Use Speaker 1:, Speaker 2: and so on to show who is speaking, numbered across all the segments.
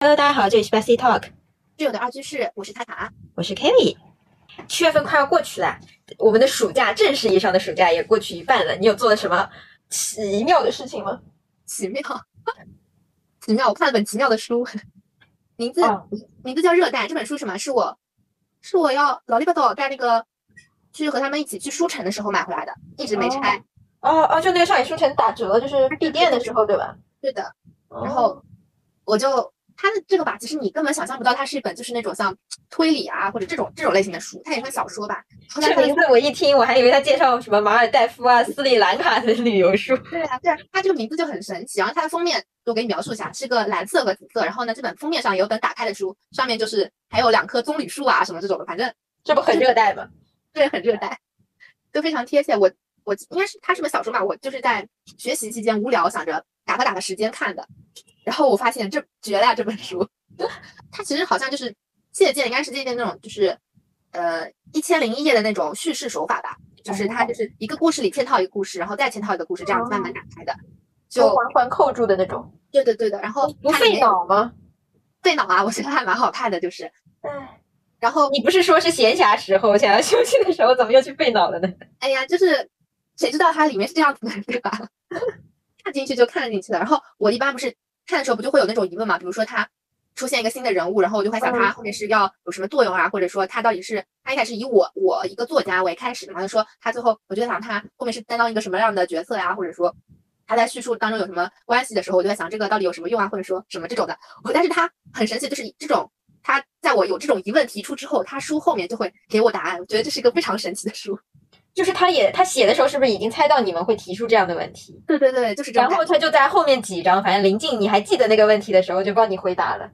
Speaker 1: Hello，大家好，这里是 Bessie Talk，
Speaker 2: 室友的二居室，我是啊塔塔。
Speaker 1: 我是 Kelly。七月份快要过去了，我们的暑假正式意义上的暑假也过去一半了。你有做了什么奇妙的事情吗？
Speaker 2: 奇妙， 奇妙！我看了本奇妙的书，名字、
Speaker 1: 哦
Speaker 2: 名字叫《热带》。这本书什么？是我是我要老利巴豆带那个去和他们一起去书城的时候买回来的，一直没拆。
Speaker 1: 哦哦，就那个上海书城打折，就是闭店的时候，对吧？
Speaker 2: 对的，
Speaker 1: 哦嗯
Speaker 2: 然后我就它的这个吧，其实你根本想象不到，它是一本就是那种像推理啊或者这种这种类型的书，它也算小说吧。然后它
Speaker 1: 这
Speaker 2: 的
Speaker 1: 名字我一听，我还以为他介绍什么马尔代夫啊、斯里兰卡的旅游书。
Speaker 2: 对啊，对啊，它这个名字就很神奇。然后它的封面，我给你描述一下，是个蓝色和紫色。然后呢，这本封面上有本打开的书，上面就是还有两棵棕榈树啊什么这种的，反正
Speaker 1: 这不很热带吗？
Speaker 2: 对很热带，都非常贴切。我我应该是它是本小说吧，我就是在学习期间无聊想着打发打发时间看的。然后我发现这绝了呀，这本书， 它其实好像就是借鉴，应该是借鉴那种就是呃一千零一夜的那种叙事手法吧，就是它就是一个故事里嵌套一个故事，然后再嵌套一个故事，这样子慢慢打开的。就
Speaker 1: 环环扣住的那种，
Speaker 2: 对的，对的。然后
Speaker 1: 哦不
Speaker 2: 它里
Speaker 1: 费
Speaker 2: 面
Speaker 1: 脑吗？
Speaker 2: 费脑啊，我觉得还蛮好看的，就是。
Speaker 1: 哎，
Speaker 2: 然后
Speaker 1: 你不是说是闲暇时候想要休息的时候，怎么又去费脑了呢？
Speaker 2: 哎呀，就是谁知道它里面是这样子的，对吧？ 看进去就看进去了。然后我一般不是看的时候不就会有那种疑问嘛，比如说他出现一个新的人物，然后我就会想
Speaker 1: 嗯
Speaker 2: 他后面是要有什么作用啊，或者说他到底是他一开始以我我一个作家为开始的嘛，就说他最后我就在想他后面是担当一个什么样的角色呀、或者说。他在叙述当中有什么关系的时候，我就在想这个到底有什么用啊，或者说什么这种的。我但是他很神奇，就是这种他在我有这种疑问提出之后，他书后面就会给我答案。我觉得这是一个非常神奇的书。
Speaker 1: 就是他也他写的时候，是不是已经猜到你们会提出这样的问题？
Speaker 2: 对对对，就是这
Speaker 1: 然
Speaker 2: 种感
Speaker 1: 后
Speaker 2: 觉。
Speaker 1: 他就在后面几章，反正临近你还记得那个问题的时候，就帮你回答了。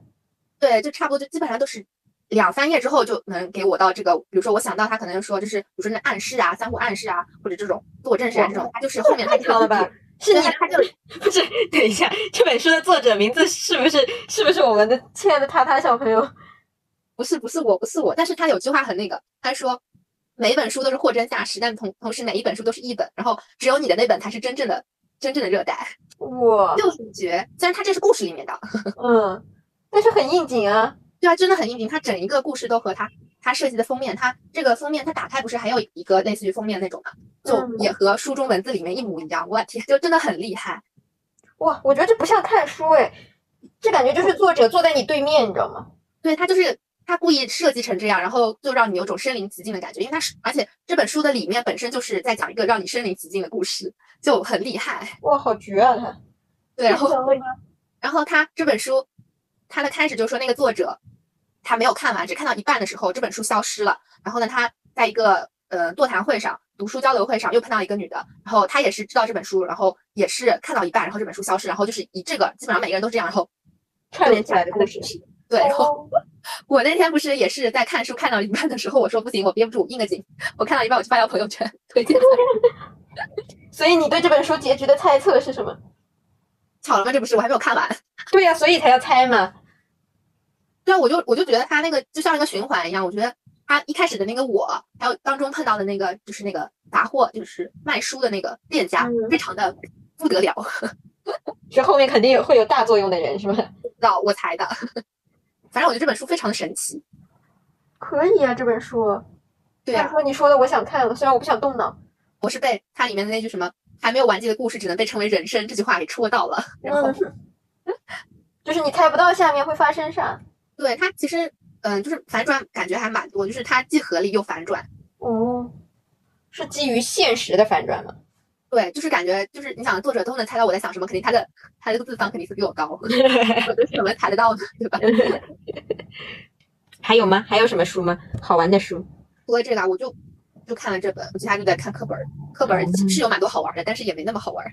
Speaker 2: 对，就差不多，就基本上都是两三页之后就能给我到这个，比如说我想到他可能说就是，比如说那暗示啊、相互暗示啊，或者这种自我认识啊这种，他就是后面
Speaker 1: 太
Speaker 2: 他就
Speaker 1: 长了吧？是
Speaker 2: 对，啊
Speaker 1: 你
Speaker 2: 他他就
Speaker 1: 不是？等一下，这本书的作者名字是不是是不是我们的亲爱的塔塔小朋友？
Speaker 2: 不是不是我不是我，但是他有句话很那个，他说每一本书都是货真价实，但同同时每一本书都是一本，然后只有你的那本才是真正的真正的热带
Speaker 1: 我
Speaker 2: 六主角。虽然他这是故事里面的，
Speaker 1: 嗯，但是很应景啊。
Speaker 2: 对啊，真的很应景。它整一个故事都和它它设计的封面，它这个封面它打开不是还有一个类似于封面那种的，就
Speaker 1: 嗯
Speaker 2: 也和书中文字里面一模一样。我天，就真的很厉害。
Speaker 1: 哇，我觉得这不像看书哎，这感觉就是作者坐在你对面，你知道吗？
Speaker 2: 对，它就是它故意设计成这样，然后就让你有种身临其境的感觉，因为它是而且这本书的里面本身就是在讲一个让你身临其境的故事，就很厉害。
Speaker 1: 哇，好绝啊他！
Speaker 2: 对，然后
Speaker 1: 想问
Speaker 2: 然后他这本书，他的开始就说那个作者他没有看完，只看到一半的时候，这本书消失了。然后呢，他在一个呃座谈会上、读书交流会上又碰到一个女的，然后她也是知道这本书，然后也是看到一半，然后这本书消失，然后就是以这个基本上每个人都这样，然后
Speaker 1: 串联起来的故事。
Speaker 2: 对。然后
Speaker 1: 哦
Speaker 2: 我那天不是也是在看书看到一半的时候，我说不行，我憋不住，应个景，我看到一半我就发条朋友圈推荐。
Speaker 1: 所以你对这本书结局的猜测是什么？
Speaker 2: 巧了吗？这不是我还没有看完。
Speaker 1: 对呀、所以才要猜嘛。
Speaker 2: 对啊，我就我就觉得他那个就像一个循环一样，我觉得他一开始的那个我，还有当中碰到的那个就是那个杂货，就是卖书的那个店家，
Speaker 1: 嗯
Speaker 2: 非常的不得了，
Speaker 1: 这后面肯定有会有大作用的人是吧？
Speaker 2: 不知道我猜的。 反正我觉得这本书非常的神奇。
Speaker 1: 可以啊，这本书。
Speaker 2: 对啊，
Speaker 1: 说你说的我想看了，虽然我不想动脑。
Speaker 2: 我是被它里面的那句什么“还没有完结的故事只能被称为人生”这句话给戳到了。然
Speaker 1: 嗯
Speaker 2: 后，
Speaker 1: 就是你猜不到下面会发生啥。
Speaker 2: 对它其实，嗯、就是反转感觉还蛮多，就是它既合理又反转。
Speaker 1: 哦，是基于现实的反转吗？
Speaker 2: 对，就是感觉就是你想作者都能猜到我在想什么，肯定他的他这个智商肯定是比我高， 我都怎么猜得到呢？对吧？
Speaker 1: 还有吗？还有什么书吗？好玩的书？
Speaker 2: 除了这个啊，我就就看了这本，我其他就在看课本儿。课本儿
Speaker 1: 嗯
Speaker 2: 是有蛮多好玩的，但是也没那么好玩儿。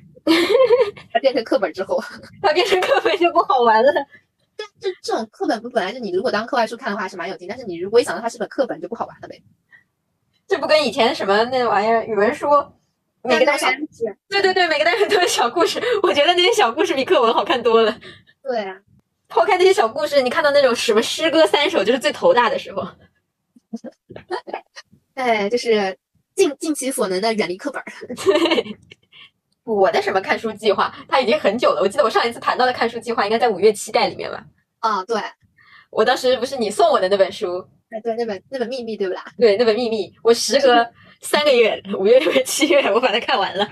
Speaker 2: 它变成课本之后，
Speaker 1: 它变成课本就不好玩了。
Speaker 2: 这这种课本不本来是你如果当课外书看的话是蛮有劲，但是你如果一想到它是本课本就不好玩了呗。
Speaker 1: 这不跟以前什么那玩意儿语文书，每个单元
Speaker 2: 元是，
Speaker 1: 对对对，每个单元都有小故事。我觉得那些小故事比课文好看多了。
Speaker 2: 对啊，
Speaker 1: 抛开那些小故事，你看到那种什么诗歌三首，就是最头大的时候。
Speaker 2: 哎，就是尽尽其所能的远离课本儿。
Speaker 1: 我的什么看书计划，它已经很久了。我记得我上一次谈到的看书计划，应该在《五月期待》里面吧。
Speaker 2: 啊、对，
Speaker 1: 我当时不是你送我的那本书，
Speaker 2: 哎对，那本那本秘密对不啦？
Speaker 1: 对那本秘密，我时隔三个月，五月、六月、七月，我把它看完了，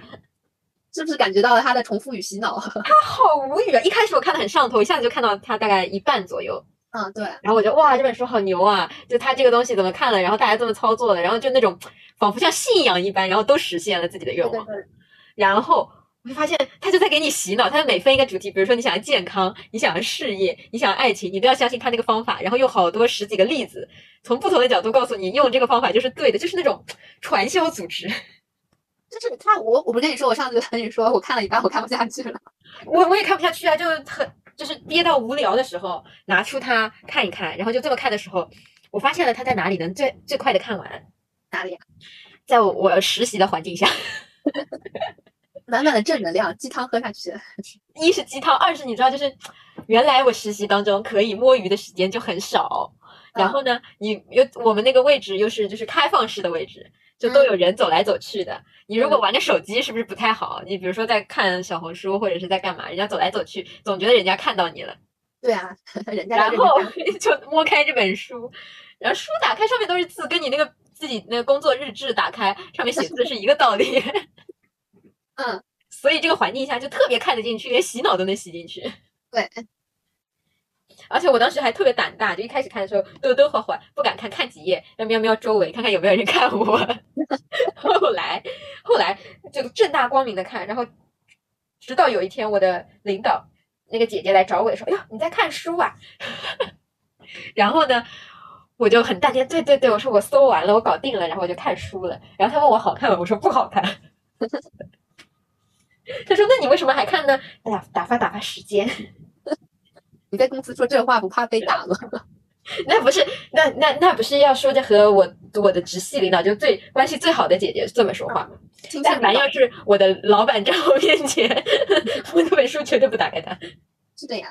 Speaker 2: 是不是感觉到了他的重复与洗脑？
Speaker 1: 好无语啊！一开始我看的很上头，一下子就看到它大概一半左右，
Speaker 2: 嗯，对，
Speaker 1: 然后我就哇，这本书好牛啊！就它这个东西怎么看了，然后大家这么操作的，然后就那种仿佛像信仰一般，然后都实现了自己的愿
Speaker 2: 对对
Speaker 1: 望。
Speaker 2: 对，
Speaker 1: 然后我就发现他就在给你洗脑，他每分一个主题，比如说你想要健康，你想要事业，你想要爱情，你都要相信他那个方法，然后用好多十几个例子，从不同的角度告诉你用这个方法就是对的，就是那种传销组织。
Speaker 2: 就是他，我我不是跟你说，我上次跟你说我看了一半，我看不下去了。
Speaker 1: 我我也看不下去啊，就很就是憋到无聊的时候拿出它看一看，然后就这么看的时候，我发现了它在哪里能最最快的看完，
Speaker 2: 哪里、啊？
Speaker 1: 在我我实习的环境下。
Speaker 2: 满满的正能量，鸡汤喝下去。
Speaker 1: 一是鸡汤，二是你知道，就是原来我实习当中可以摸鱼的时间就很少，
Speaker 2: 嗯
Speaker 1: 然后呢，你又我们那个位置又是就是开放式的位置，就都有人走来走去的。你如果
Speaker 2: 嗯
Speaker 1: 玩着手机，是不是不太好？你比如说在看小红书或者是在干嘛，人家走来走去，总觉得人家看到你了，
Speaker 2: 对啊， 人家
Speaker 1: 然
Speaker 2: 在这边
Speaker 1: 后
Speaker 2: 干
Speaker 1: 就摸开这本书，然后书打开上面都是字，跟你那个自己那个工作日志打开上面写字是一个道理。
Speaker 2: 嗯，
Speaker 1: 所以这个环境下就特别看得进去，连洗脑都能洗进去。
Speaker 2: 对，
Speaker 1: 而且我当时还特别胆大，就一开始看的时候抖抖晃晃，不敢看，看几页，要瞄瞄周围，看看有没有人看我。 后来，后来就正大光明的看，然后直到有一天，我的领导那个姐姐来找我说：“哎呦，你在看书啊？”然后呢，我就很淡定，对对对，我说我搜完了，我搞定了，然后我就看书了。然后他问我好看吗？我说不好看。 他说：“那你为什么还看呢？打打发打发时间。”
Speaker 2: 你在公司说这话不怕被打吗？
Speaker 1: 那不是，那那那不是要说这和我我的直系领导就最关系最好的姐姐这么说话吗？
Speaker 2: 亲
Speaker 1: 但
Speaker 2: 戚
Speaker 1: 凡
Speaker 2: 朋友
Speaker 1: 要是我的老板在我面前， 我那本书绝对不打开它。
Speaker 2: 是这样，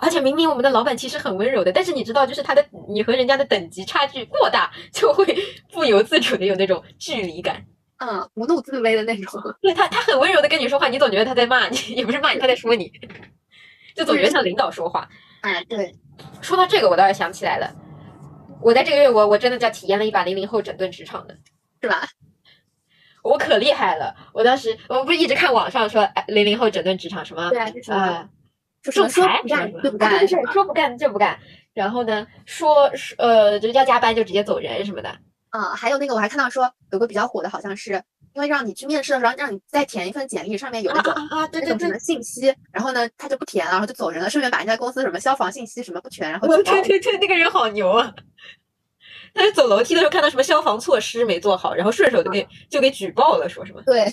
Speaker 1: 而且明明我们的老板其实很温柔的，但是你知道，就是他的你和人家的等级差距过大， 就会不由自主的有那种距离感。
Speaker 2: 嗯，无怒自威的那种。
Speaker 1: 对他，他很温柔的跟你说话，你总觉得他在骂你， 也不是骂你，他在说你，就总觉得像领导说话。
Speaker 2: 啊，
Speaker 1: 哎
Speaker 2: 对，
Speaker 1: 说到这个，我倒是想起来了，我在这个月我我真的叫体验了一把零零后整顿职场的，
Speaker 2: 是吧？
Speaker 1: 我可厉害了。我当时我不是一直看网上说哎零零后整顿职场什么
Speaker 2: 对啊，就是
Speaker 1: 呃
Speaker 2: 就
Speaker 1: 仲
Speaker 2: 是说
Speaker 1: 裁
Speaker 2: 不
Speaker 1: 什么什
Speaker 2: 干
Speaker 1: 么
Speaker 2: 就不
Speaker 1: 啊
Speaker 2: 干，
Speaker 1: 对
Speaker 2: 是
Speaker 1: 对对，
Speaker 2: 吧
Speaker 1: 说不干就不干，然后呢说说呃就要加班就直接走人什么的。
Speaker 2: 啊，还有那个我还看到说有个比较火的，好像是因为让你去面试的时候，让你再填一份简历，上面有那种、
Speaker 1: 啊！对
Speaker 2: 那种什么，信息，然后呢他就不填了，然后就走人了，顺便把人家公司什么消防信息什么不全，然后
Speaker 1: 我
Speaker 2: 举
Speaker 1: 对
Speaker 2: 报。
Speaker 1: 对对，那个人好牛啊！他就走楼梯的时候看到什么消防措施没做好，然后顺手就给就给举报了，说什么？
Speaker 2: 对，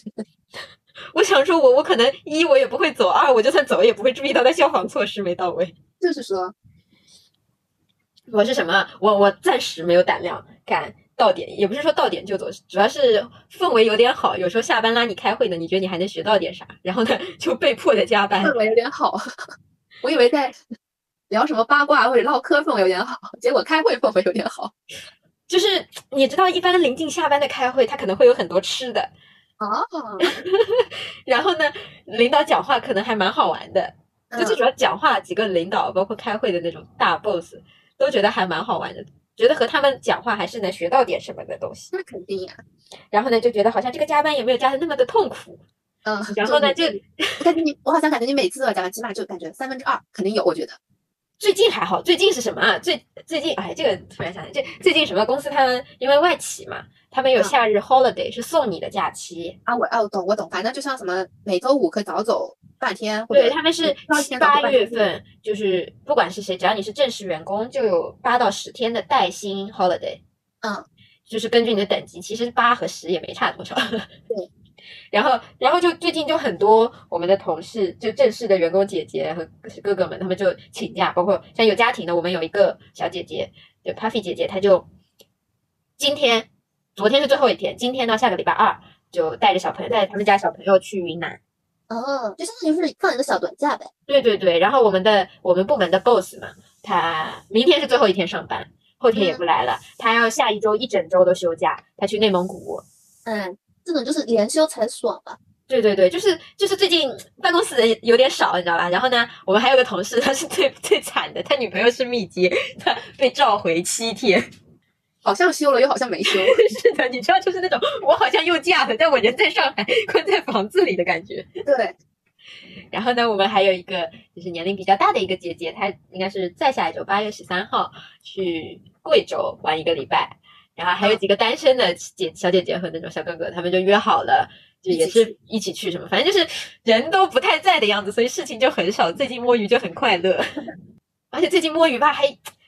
Speaker 1: 我想说我，我可能一我也不会走，二我就算走也不会注意到他消防措施没到位。
Speaker 2: 就是说，
Speaker 1: 我是什么？我我暂时没有胆量敢到点，也不是说到点就走，主要是氛围有点好。有时候下班拉你开会呢，你觉得你还能学到点啥，然后呢就被迫的加班。
Speaker 2: 氛围有点好， 我以为在聊什么八卦或者唠嗑氛围有点好，结果开会氛围有点好
Speaker 1: 就是你知道，一般临近下班的开会，他可能会有很多吃的，
Speaker 2: 啊。
Speaker 1: 然后呢，领导讲话可能还蛮好玩的。就最
Speaker 2: 嗯
Speaker 1: 主要讲话几个领导，包括开会的那种大 boss，都觉得还蛮好玩的，觉得和他们讲话还是能学到点什么的东西。
Speaker 2: 那肯定呀，
Speaker 1: 然后呢，就觉得好像这个加班也没有加的那么的痛苦。
Speaker 2: 嗯，
Speaker 1: 然后呢，就
Speaker 2: 你我感觉你，我好像感觉你每次我讲完，起码就感觉三分之二肯定有，我觉得
Speaker 1: 最近还好，最近是什么啊？最最近哎，这个突然想起，这最近什么公司他们因为外企嘛，他们有
Speaker 2: 嗯
Speaker 1: 夏日 holiday 是送你的假期，
Speaker 2: 啊，我哦，我懂我懂，反正就像什么每周五可以早走半天，或者
Speaker 1: 对他们是
Speaker 2: 到
Speaker 1: 七
Speaker 2: 天
Speaker 1: 八
Speaker 2: 到
Speaker 1: 月份，就是不管是谁，只要你是正式员工，就有八到十天的带薪 holiday。
Speaker 2: 嗯，
Speaker 1: 就是根据你的等级，其实八和十也没差多少。
Speaker 2: 对。
Speaker 1: 然后，然后就最近就很多我们的同事，就正式的员工姐姐和哥哥们，他们就请假，包括像有家庭的，我们有一个小姐姐，就 Puffy 姐姐，她就今天、昨天是最后一天，今天到下个礼拜二就带着小朋友，带着他们家小朋友去云南。
Speaker 2: 哦，就相当于是放一个小短假呗。
Speaker 1: 对对对，然后我们的我们部门的 boss 嘛，他明天是最后一天上班，后天也不来了，他要下一周一整周都休假，他去内蒙古。
Speaker 2: 嗯，这种就是连休才爽吧。
Speaker 1: 对对对，就是就是最近办公室人有点少，你知道吧？然后呢，我们还有个同事，他是最最惨的，他女朋友是密接，他被召回七天。
Speaker 2: 好像休了又好像没休。
Speaker 1: 是的，你知道，就是那种我好像又嫁了，但我人在上海，关在房子里的感觉。
Speaker 2: 对，
Speaker 1: 然后呢，我们还有一个就是年龄比较大的一个姐姐，她应该是再下一周八月十三号去贵州玩一个礼拜，然后还有几个单身的姐小姐姐和那种小哥哥，他们就约好了，就也是一起去什么，反正就是人都不太在的样子，所以事情就很少。最近摸鱼就很快乐， 而且最近摸鱼吧，还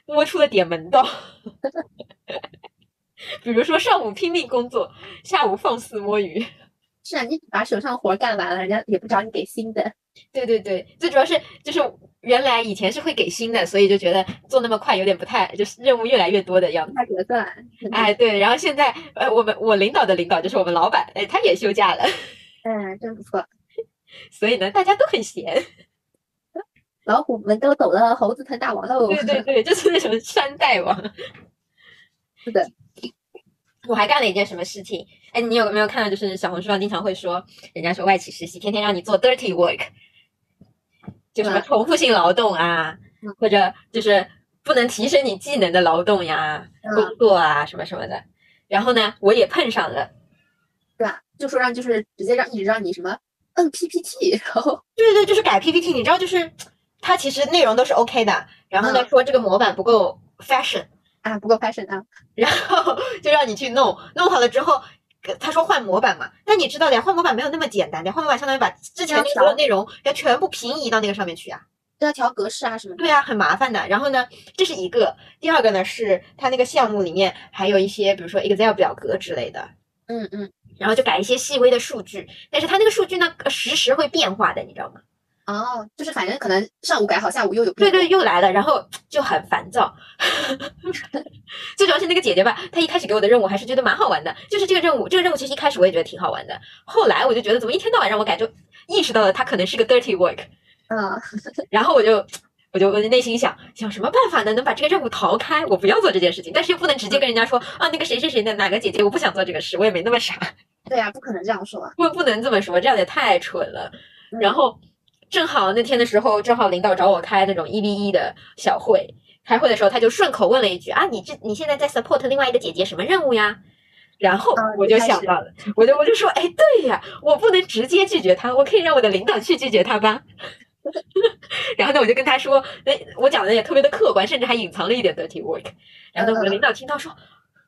Speaker 1: 摸出了点门道， 比如说上午拼命工作，下午放肆摸鱼。
Speaker 2: 是啊，你把手上活儿干完了，人家也不找你给新的。
Speaker 1: 对对对，最主要是就是原来以前是会给新的，所以就觉得做那么快有点不太，就是任务越来越多的样子。
Speaker 2: 快折算，
Speaker 1: 哎，对，然后现在呃，我们我领导的领导就是我们老板，哎，他也休假了，
Speaker 2: 嗯，真不错。
Speaker 1: 所以呢，大家都很闲。
Speaker 2: 老虎们都走了，猴子腾大王喽。
Speaker 1: 对对对，就是那种山大王。
Speaker 2: 是的，
Speaker 1: 我还干了一件什么事情？哎，你有没有看到？就是小红书上经常会说，人家说外企实习天天让你做 dirty work，就什么
Speaker 2: 嗯
Speaker 1: 重复性劳动啊，
Speaker 2: 嗯
Speaker 1: 或者就是不能提升你技能的劳动呀、工
Speaker 2: 嗯，
Speaker 1: 作啊什么什么的。然后呢，我也碰上了。
Speaker 2: 对吧？就说让就是直接让一直让你什么摁 PPT，然后
Speaker 1: 对对，就是改 PPT，你知道，就是它其实内容都是 OK 的，然后呢、
Speaker 2: 嗯
Speaker 1: 说这个模板不够 fashion，
Speaker 2: 啊不够 fashion 啊，
Speaker 1: 然后 就让你去弄，弄好了之后。呃他说换模板嘛，但你知道的呀，换模板没有那么简单的，换模板相当于把之前的所有内容要全部平移到那个上面去啊。
Speaker 2: 都要调格式啊什么的。
Speaker 1: 对啊，很麻烦的。然后呢，这是一个，第二个呢是它那个项目里面还有一些，比如说 Excel 表格之类的，
Speaker 2: 嗯嗯
Speaker 1: 然后就改一些细微的数据，但是它那个数据呢呃实时会变化的，你知道吗？
Speaker 2: 哦，就是反正可能上午改好，下午又有
Speaker 1: 对
Speaker 2: 变
Speaker 1: 对，
Speaker 2: 动。
Speaker 1: 又来了，然后就很烦躁。 最主要是那个姐姐吧，她一开始给我的任务还是觉得蛮好玩的，就是这个任务，这个任务其实一开始我也觉得挺好玩的，后来我就觉得怎么一天到晚让我改，就意识到了它可能是个 dirty work，
Speaker 2: 嗯，
Speaker 1: 然后我就。我就我就内心想，想什么办法呢，能把这个任务逃开？我不要做这件事情，但是又不能直接跟人家说啊，那个谁谁谁的哪个姐姐，我不想做这个事，我也没那么傻，
Speaker 2: 对呀、不可能这样说啊。
Speaker 1: 不不能这么说，这样也太蠢了。
Speaker 2: 嗯
Speaker 1: 然后正好那天的时候，正好领导找我开那种一 v 一的小会，开会的时候他就顺口问了一句啊，你这你现在在 support 另外一个姐姐什么任务呀？然后
Speaker 2: 嗯
Speaker 1: 我就
Speaker 2: 一开始
Speaker 1: 想到了，我就我就说，哎，对呀，我不能直接拒绝他，我可以让我的领导去拒绝他吧。 然后呢，我就跟他说，那我讲的也特别的客观，甚至还隐藏了一点 dirty work。然后呢，我的
Speaker 2: 嗯嗯嗯
Speaker 1: 领导听到说，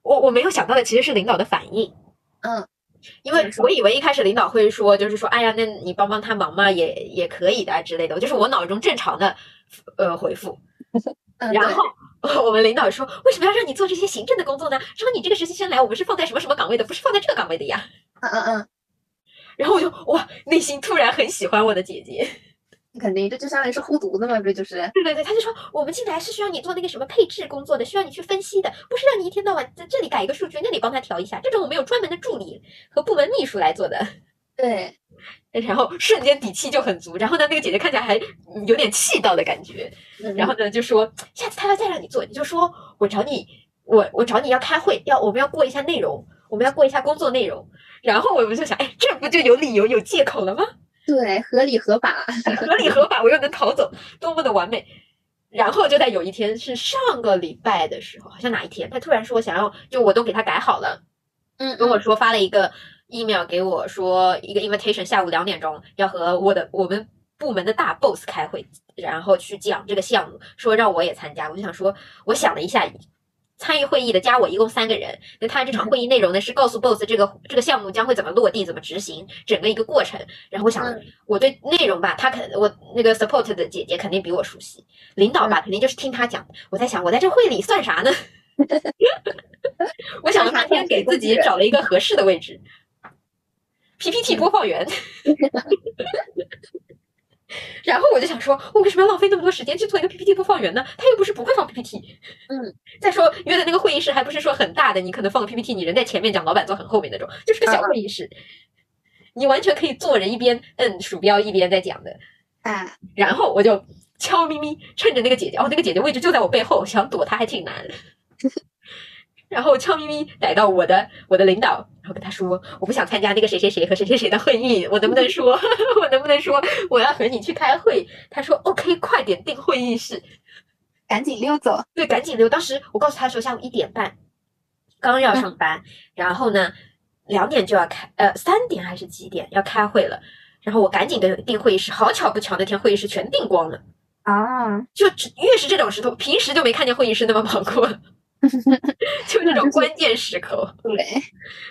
Speaker 1: 我我没有想到的其实是领导的反应。
Speaker 2: 嗯，
Speaker 1: 因为
Speaker 2: 怎么说
Speaker 1: 我以为一开始领导会说，就是说，哎呀，那你帮帮他忙嘛，也也可以的啊之类的，就是我脑中正常的呃回复。
Speaker 2: 嗯
Speaker 1: 然
Speaker 2: 对
Speaker 1: 后 我们领导说，为什么要让你做这些行政的工作呢？说你这个实习生来，我们是放在什么什么岗位的，不是放在这个岗位的呀。
Speaker 2: 嗯嗯嗯，
Speaker 1: 然后我就哇，内心突然很喜欢我的姐姐。
Speaker 2: 肯定这就相当于是护犊子嘛，不就是？
Speaker 1: 对对对，他就说我们进来是需要你做那个什么配置工作的，需要你去分析的，不是让你一天到晚在这里改一个数据，那里帮他调一下。这种我们有专门的助理和部门秘书来做的。
Speaker 2: 对，
Speaker 1: 然后瞬间底气就很足，然后呢，那个姐姐看起来还嗯有点气到的感觉，
Speaker 2: 嗯
Speaker 1: 然后呢就说，下次她要再让你做，你就说我找你，我我找你要开会，要我们要过一下内容，我们要过一下工作内容，然后我们就想，哎，这不就有理由有借口了吗？
Speaker 2: 对，合理合法。
Speaker 1: 合理合法，我又能逃走，多么的完美！然后就在有一天是上个礼拜的时候，好像哪一天，他突然说想要，就我都给他改好了，
Speaker 2: 嗯，
Speaker 1: 跟我说发了一个 email 给我说一个 invitation，下午两点钟要和我的我们部门的大 boss 开会，然后去讲这个项目，说让我也参加。我就想说，我想了一下。参与会议的加我一共三个人，那他这场会议内容呢是告诉 boss 这个这个项目将会怎么落地、怎么执行，整个一个过程。然后我想，
Speaker 2: 嗯
Speaker 1: 我对内容吧，他肯我那个 support 的姐姐肯定比我熟悉，领导
Speaker 2: 嗯
Speaker 1: 吧肯定就是听他讲。我在想，我在这会里算啥呢？ 我想了半天，给自己找了一个合适的位置，PPT
Speaker 2: 嗯
Speaker 1: 播放源。 然后我就想说，我为什么要浪费那么多时间去做一个 PPT 播放源呢？他又不是不会放 PPT。
Speaker 2: 嗯，
Speaker 1: 再说约的那个会议室还不是说很大的，你可能放个 PPT，你人在前面讲，老板坐很后面那种，就是个小
Speaker 2: 嗯嗯
Speaker 1: 会议室，你完全可以坐着一边摁鼠标一边在讲的。
Speaker 2: 哎，
Speaker 1: 然后我就悄咪咪趁着那个姐姐，哦，那个姐姐位置就在我背后，想躲她还挺难。 然后悄咪咪逮到我的我的领导，然后跟他说，我不想参加那个谁谁谁和谁谁谁的会议，我能不能说， 我能不能说我要和你去开会？他说 OK，快点订会议室，
Speaker 2: 赶紧溜走。
Speaker 1: 对，赶紧溜。当时我告诉他说下午一点半，刚要上班，然后呢两点就要开，呃三点还是几点要开会了，然后我赶紧的订会议室，好巧不巧那天会议室全订光了。
Speaker 2: 啊，
Speaker 1: 就只越是这种时候，平时就没看见会议室那么忙 过，就这种关键时刻，
Speaker 2: 对，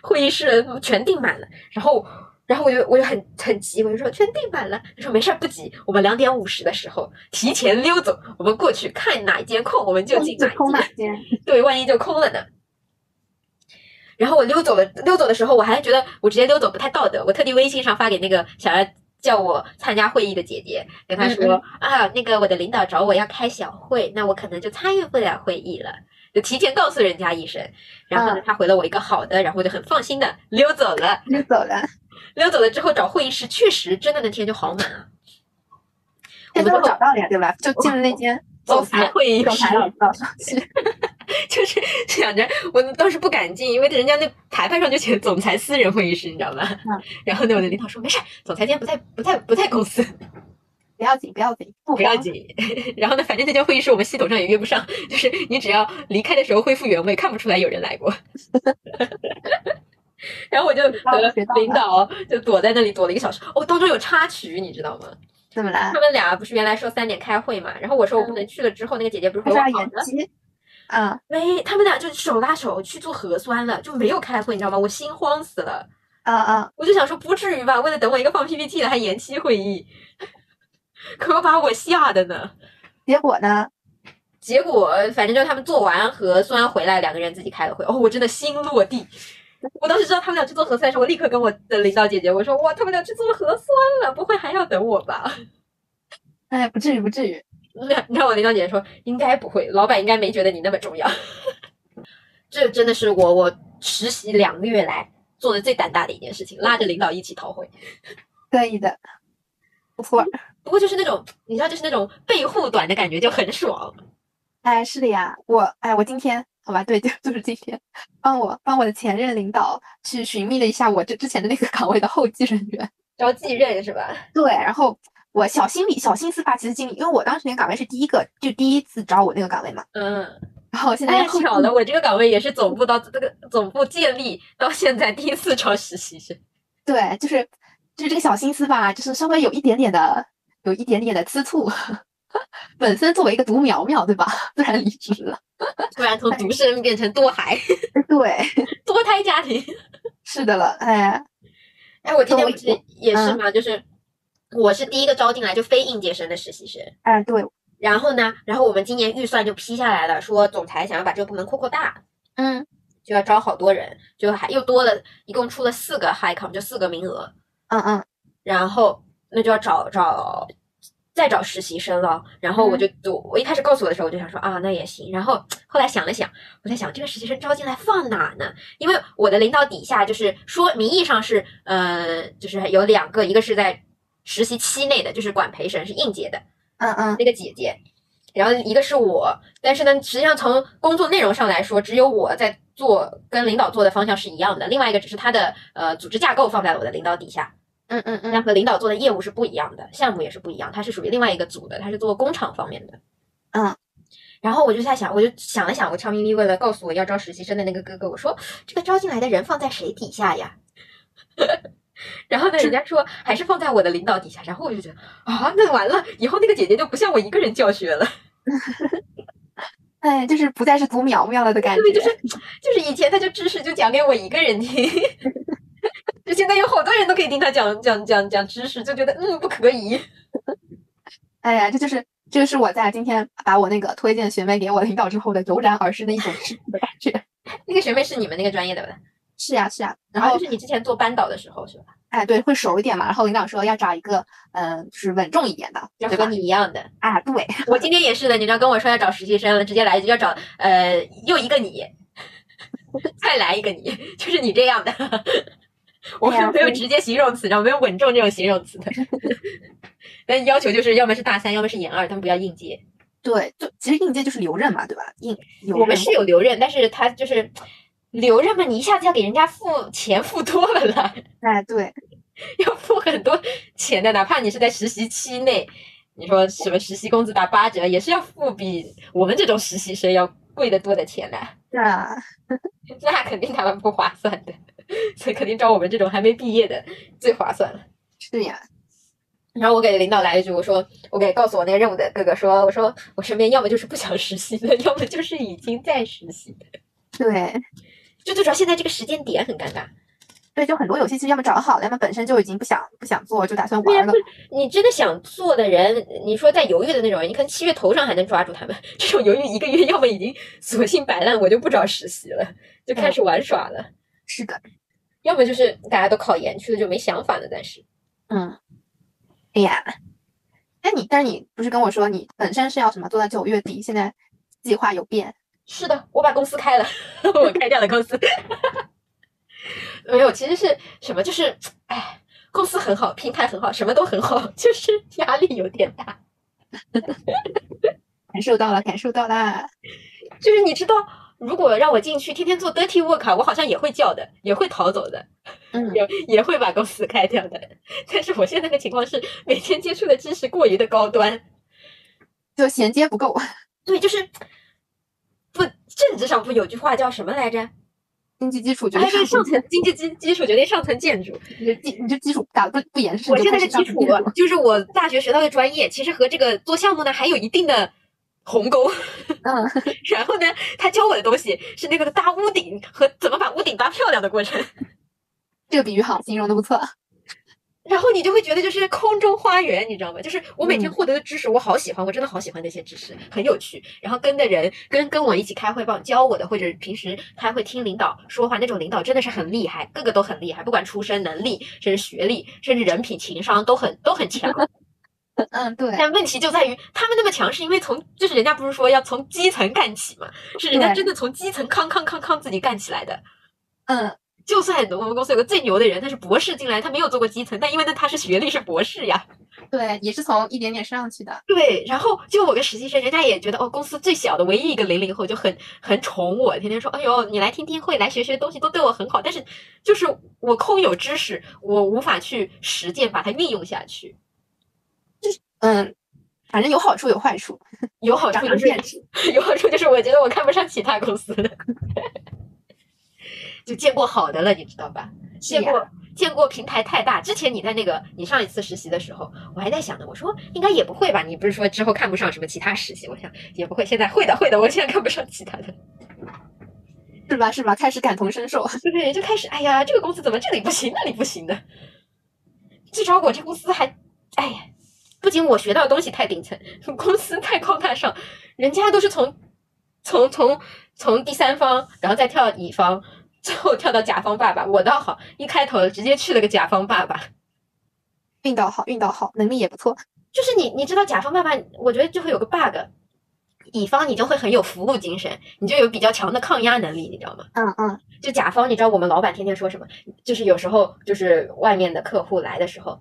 Speaker 1: 会议室全订满了。然后，然后我就我就很很急，我就说全订满了。他说没事儿，不急，我们两点五十的时候提前溜走，我们过去看哪一间空，我们就进
Speaker 2: 就
Speaker 1: 哪一
Speaker 2: 空
Speaker 1: 间。
Speaker 2: 满间，
Speaker 1: 对，万一就空了呢。然后我溜走了，溜走的时候我还觉得我直接溜走不太道德，我特地微信上发给那个想要叫我参加会议的姐姐，跟她说、
Speaker 2: 嗯
Speaker 1: 啊，那个我的领导找我要开小会，那我可能就参与不了会议了，就提前告诉人家一声。然
Speaker 2: 嗯
Speaker 1: 后呢，她回了我一个好的，然后我就很放心的溜走了。
Speaker 2: 溜走了。
Speaker 1: 溜走了之后找会议室，确实真的那天就好满啊。我
Speaker 2: 但
Speaker 1: 们
Speaker 2: 最
Speaker 1: 都
Speaker 2: 后找到了呀，对吧？就进了那间
Speaker 1: 总裁会议室，
Speaker 2: 总 裁老老师，
Speaker 1: 就是想着我当时不敢进，因为人家那牌牌上就写总裁私人会议室，你知道吗？
Speaker 2: 嗯
Speaker 1: 然后呢，我的领导说没事儿，总裁今天不在，不在，不在公司，
Speaker 2: 不要紧，不要紧，不
Speaker 1: 不要
Speaker 2: 慌。
Speaker 1: 紧。 然后呢，反正那间会议室我们系统上也约不上，就是你只要离开的时候恢复原位，看不出来有人来过。 然后我就和
Speaker 2: 学到了
Speaker 1: 领导就躲在那里躲了一个小时。哦，当中有插曲，你知道吗？
Speaker 2: 怎么了
Speaker 1: 他？们俩不是原来说三点开会嘛，然后我说我不能去了之后，那个姐姐不是
Speaker 2: 他
Speaker 1: 回我
Speaker 2: 说嗯要
Speaker 1: 好
Speaker 2: 延
Speaker 1: 呢？
Speaker 2: 期。嗯，
Speaker 1: 没，哎他们俩就手拉手去做核酸了，就没有开会，你知道吗？我心慌死了，
Speaker 2: 嗯嗯，
Speaker 1: 我就想说不至于吧，为了等我一个放 PPT 的还延期会议， 可把我吓的呢。
Speaker 2: 结果呢？
Speaker 1: 结果反正就是他们做完核酸回来，两个人自己开了会。哦，我真的心落地。我当时知道他们俩去做核酸的时候，我立刻跟我的领导姐姐我说：“哇，他们俩去做核酸了，不会还要等我吧
Speaker 2: 哎，不至于，不至于。？”
Speaker 1: 你知道我领导姐姐说：“应该不会，老板应该没觉得你那么重要。” 这真的是我我实习两个月来做的最胆大的一件事情，拉着领导一起逃会。
Speaker 2: 可以的，不错。
Speaker 1: 不过就是那种你知道，就是那种被护短的感觉就很爽。
Speaker 2: 哎，是的呀，我哎，我今天好吧，对，就就是今天，帮我帮我的前任领导去寻觅了一下我这之前的那个岗位的后继人员。
Speaker 1: 然后继任是吧？
Speaker 2: 对，然后我小心里小心思吧，其实经历，因为我当时那个岗位是第一个，就第一次招我那个岗位嘛。
Speaker 1: 嗯，
Speaker 2: 然后现在
Speaker 1: 太
Speaker 2: 后
Speaker 1: 巧
Speaker 2: 继
Speaker 1: 了，我这个岗位也是总部到这个总部建立到现在第一次招实习生。
Speaker 2: 对，就是就是这个小心思吧，就是稍微有一点点的，有一点点的吃醋。 本身作为一个独苗苗，对吧？ 虽然离职了，
Speaker 1: 突然从独生变成多孩
Speaker 2: 对，
Speaker 1: 多胎家庭。
Speaker 2: 是的了，哎，
Speaker 1: 哎，我今嗯天不是
Speaker 2: 懂
Speaker 1: 也是嘛，就是我是第一个招进来就非应届生的实习生。
Speaker 2: 哎，对，
Speaker 1: 然后呢，然后我们今年预算就批下来了，说总裁想要把这个部门扩扩大，
Speaker 2: 嗯，
Speaker 1: 就要招好多人，就还又多了，一共出了四个 high com，就四个名额。
Speaker 2: 嗯嗯，
Speaker 1: 然后那就要找找再找实习生了。然后我就我我一开始告诉我的时候，我就想说啊，那也行。然后后来想了想，我在想这个实习生招进来放哪呢？因为我的领导底下就是说名义上是呃，就是有两个，一个是在实习期内的，就是管培生是应届的
Speaker 2: 嗯嗯，
Speaker 1: 那个姐姐。然后一个是我，但是呢，实际上从工作内容上来说，只有我在做跟领导做的方向是一样的，另外一个只是他的呃组织架构放在了我的领导底下，
Speaker 2: 嗯嗯嗯
Speaker 1: 那和领导做的业务是不一样的，项目也是不一样，他是属于另外一个组的，他是做工厂方面的。
Speaker 2: 嗯，
Speaker 1: 然后我就在想，我就想了想，我悄咪咪为了告诉我要招实习生的那个哥哥，我说这个招进来的人放在谁底下呀？ 然后呢，人家说还是放在我的领导底下，然后我就觉得啊，那完了，以后那个姐姐就不像我一个人教学了，
Speaker 2: 哎，就是不再是独苗苗了的感
Speaker 1: 对，就
Speaker 2: 觉
Speaker 1: 是，就是以前她就知识就讲给我一个人听， 就现在有好多人都可以听她讲讲讲讲知识，就觉得嗯不可以，
Speaker 2: 哎呀，这就是这就是我在今天把我那个推荐学妹给我领导之后的油然而生的一种吃醋的感觉。
Speaker 1: 那个学妹是你们那个专业的吧？
Speaker 2: 是呀，是呀，然
Speaker 1: 然后
Speaker 2: 后
Speaker 1: 就是你之前做班导的时候是吧？
Speaker 2: 哎，对，会熟一点嘛。然后领导说要找一个，嗯、就是稳重一点的，
Speaker 1: 就
Speaker 2: 对
Speaker 1: 和
Speaker 2: 吧？
Speaker 1: 你一样的，
Speaker 2: 啊，对，
Speaker 1: 我今天也是的。你知道跟我说要找实习生了，直接来就要找呃又一个你，再来一个你，就是你这样的。我
Speaker 2: 哎呀
Speaker 1: 们没有
Speaker 2: 对
Speaker 1: 直接形容词，然后没有稳重 这种形容词的。但要求就是要么是大三，要么是研二，但不要应届。
Speaker 2: 对，就其实应届就是留任嘛，对吧？应有
Speaker 1: 我们是有留任，但是他就是留任嘛，你一下子要给人家付钱付多了啦，
Speaker 2: 哎，对，
Speaker 1: 要付很多钱的，哪怕你是在实习期内，你说什么实习工资打八折，也是要付比我们这种实习生要贵得多的钱的，
Speaker 2: 是啊，
Speaker 1: 那肯定他们不划算的，所以肯定找我们这种还没毕业的最划算了。
Speaker 2: 是呀，
Speaker 1: 然后我给领导来一句，我说我给告诉我那个任务的哥哥说，我说我身边要么就是不想实习的，要么就是已经在实习的。
Speaker 2: 对
Speaker 1: 就最主要现在这个时间点很尴尬，
Speaker 2: 对，就很多游戏其实要么找好了，要么本身就已经不想不想做，就打算玩了。
Speaker 1: 你真的想做的人，你说在犹豫的那种人，你可能七月头上还能抓住他们， 这种犹豫一个月，要么已经索性摆烂，我就不找实习了，就开始玩耍了；
Speaker 2: 是的，
Speaker 1: 要么就是大家都考研去了，就没想法了。但是
Speaker 2: 嗯，哎呀，那你但是你不是跟我说你本身是要什么做到九月底，现在计划有变？
Speaker 1: 是的，我把公司开了， 我开掉了公司。 没有，其实是什么？就是哎，公司很好，平台很好，什么都很好， 就是压力有点大。
Speaker 2: 感受到了，感受到了。
Speaker 1: 就是你知道，如果让我进去天天做 dirty work，啊我好像也会叫的，也会逃走的，
Speaker 2: 嗯，
Speaker 1: 也也会把公司开掉的。 但是我现在的情况是，每天接触的知识过于的高端，
Speaker 2: 就衔接不够，
Speaker 1: 对，就是不政治上不有句话叫什么来着？
Speaker 2: 经济基础决
Speaker 1: 哎，对，
Speaker 2: 定
Speaker 1: 上
Speaker 2: 上
Speaker 1: 层经济基基础决定上层建筑。
Speaker 2: 层，你这基你这基础打得不不严实，
Speaker 1: 我
Speaker 2: 你就
Speaker 1: 现在的
Speaker 2: 开始上
Speaker 1: 基础
Speaker 2: 层建筑了
Speaker 1: 就是我大学学到的专业，其实和这个做项目呢还有一定的鸿沟。
Speaker 2: 嗯，
Speaker 1: 然后呢，他教我的东西是那个搭屋顶和怎么把屋顶搭漂亮的过程。
Speaker 2: 这个比喻好，形容的不错。
Speaker 1: 然后你就会觉得就是空中花园，你知道吗？就是我每天
Speaker 2: 嗯
Speaker 1: 获得的知识，我好喜欢，我真的好喜欢那些知识，很有趣。然后跟的人，跟跟我一起开会帮教我的，或者平时开会听领导说话那种领导，真的是很厉害，个个都很厉害，不管出身、能力，甚至学历，甚至人品、情商都很都很 强。
Speaker 2: 嗯，对，
Speaker 1: 但问题就在于他们那么强，是因为从就是人家不是说要从基层干起嘛，是人家
Speaker 2: 对
Speaker 1: 真的从基层康康康康自己干起来的。
Speaker 2: 嗯，
Speaker 1: 就算我们公司有个最牛的人，他是博士进来，他没有做过基层，但因为那他是学历是博士呀，
Speaker 2: 对，也是从一点点上去的。
Speaker 1: 对，然后就我跟实习生，人家也觉得哦，公司最小的唯一一个零零后就很很宠我，天天说，哎呦，你来听听会，来学学东西，都对我很好。但是就是我空有知识，我无法去实践，把它运用下去。
Speaker 2: 嗯，反正有好处有坏处，
Speaker 1: 有好
Speaker 2: 长
Speaker 1: 处
Speaker 2: 长
Speaker 1: 就是
Speaker 2: 见识。
Speaker 1: 有好处就是我觉得我看不上其他公司的， 就见过好的了，你知道吧？
Speaker 2: 是
Speaker 1: 见
Speaker 2: 呀，
Speaker 1: 过见过平台太大。之前你在那个你上一次实习的时候，我还在想呢，我说应该也不会吧？你不是说之后看不上什么其他实习？我想也不会，现在会的会的，我现在看不上其他的。
Speaker 2: 是吧？是吧？开始感同身受。
Speaker 1: 对，就开始哎呀，这个公司怎么这里不行那里不行的？至少我这公司还，哎呀，不仅我学到的东西太顶层， 公司太高大上，人家都是从从从从第三方，然后再跳乙方，最后跳到甲方爸爸。我倒好，一开头直接去了个甲方爸爸。
Speaker 2: 运道好，运道好，能力也不错。
Speaker 1: 就是你你知道甲方爸爸，我觉得就会有个 bug，乙方你就会很有服务精神，你就有比较强的抗压能力，你知道吗？
Speaker 2: 嗯嗯
Speaker 1: 就甲方，你知道我们老板天天说什么？就是有时候就是外面的客户来的时候，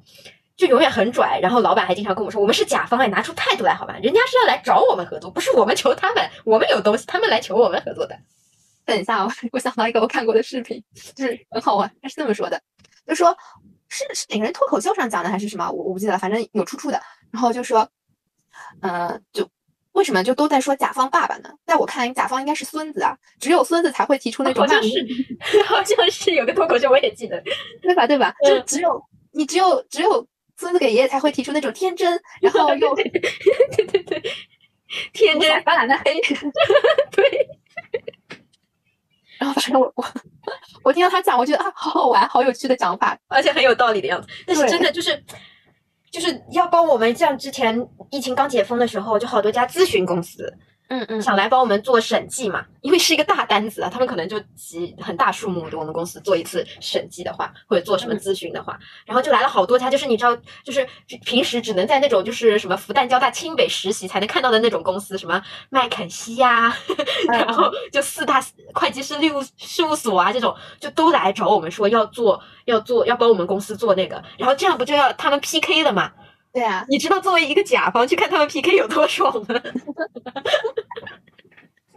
Speaker 1: 就永远很拽，然后老板还经常跟我们说，我们是甲方，哎，拿出态度来好吧，人家是要来找我们合作，不是我们求他们，我们有东西，他们来求我们合作的。
Speaker 2: 等一下，我我想到一个我看过的视频，就是很好玩，他是这么说的，就说是是哪个人脱口秀上讲的还是什么，我我不记得了，反正有出处的。然后就说，呃，就为什么就都在说甲方爸爸呢？在我看来，甲方应该是孙子啊，只有孙子才会提出那种
Speaker 1: 哦好像
Speaker 2: 骂名
Speaker 1: 是， 好像是有个脱口秀，我也记得，
Speaker 2: 对吧？对吧？就
Speaker 1: 嗯
Speaker 2: 只有你只有只有孙子给爷爷才会提出那种天真，然后又
Speaker 1: 对对对，天
Speaker 2: 五
Speaker 1: 真
Speaker 2: 彩斑斓的黑。
Speaker 1: 对。
Speaker 2: 然后反正我我我听到他讲，我觉得啊，好好玩，好有趣的讲法。
Speaker 1: 而且很有道理的样子。但是
Speaker 2: 对
Speaker 1: 真的就是，就是要帮我们，像之前疫情刚解封的时候，就好多家咨询公司
Speaker 2: 嗯嗯
Speaker 1: 想来帮我们做审计嘛，因为是一个大单子啊，他们可能就集很大数目给我们公司做一次审计的话，或者做什么
Speaker 2: 嗯
Speaker 1: 咨询的话，然后就来了好多家，就是你知道，就是平时只能在那种就是什么复旦、交大、清北实习才能看到的那种公司，什么麦肯锡呀、然后就四大会计师事务事务所啊，这种就都来找我们说要做，要做，要帮我们公司做那个，然后这样不就要他们 PK 了嘛？
Speaker 2: 对啊，
Speaker 1: 你知道作为一个甲方去看他们 PK 有多爽吗？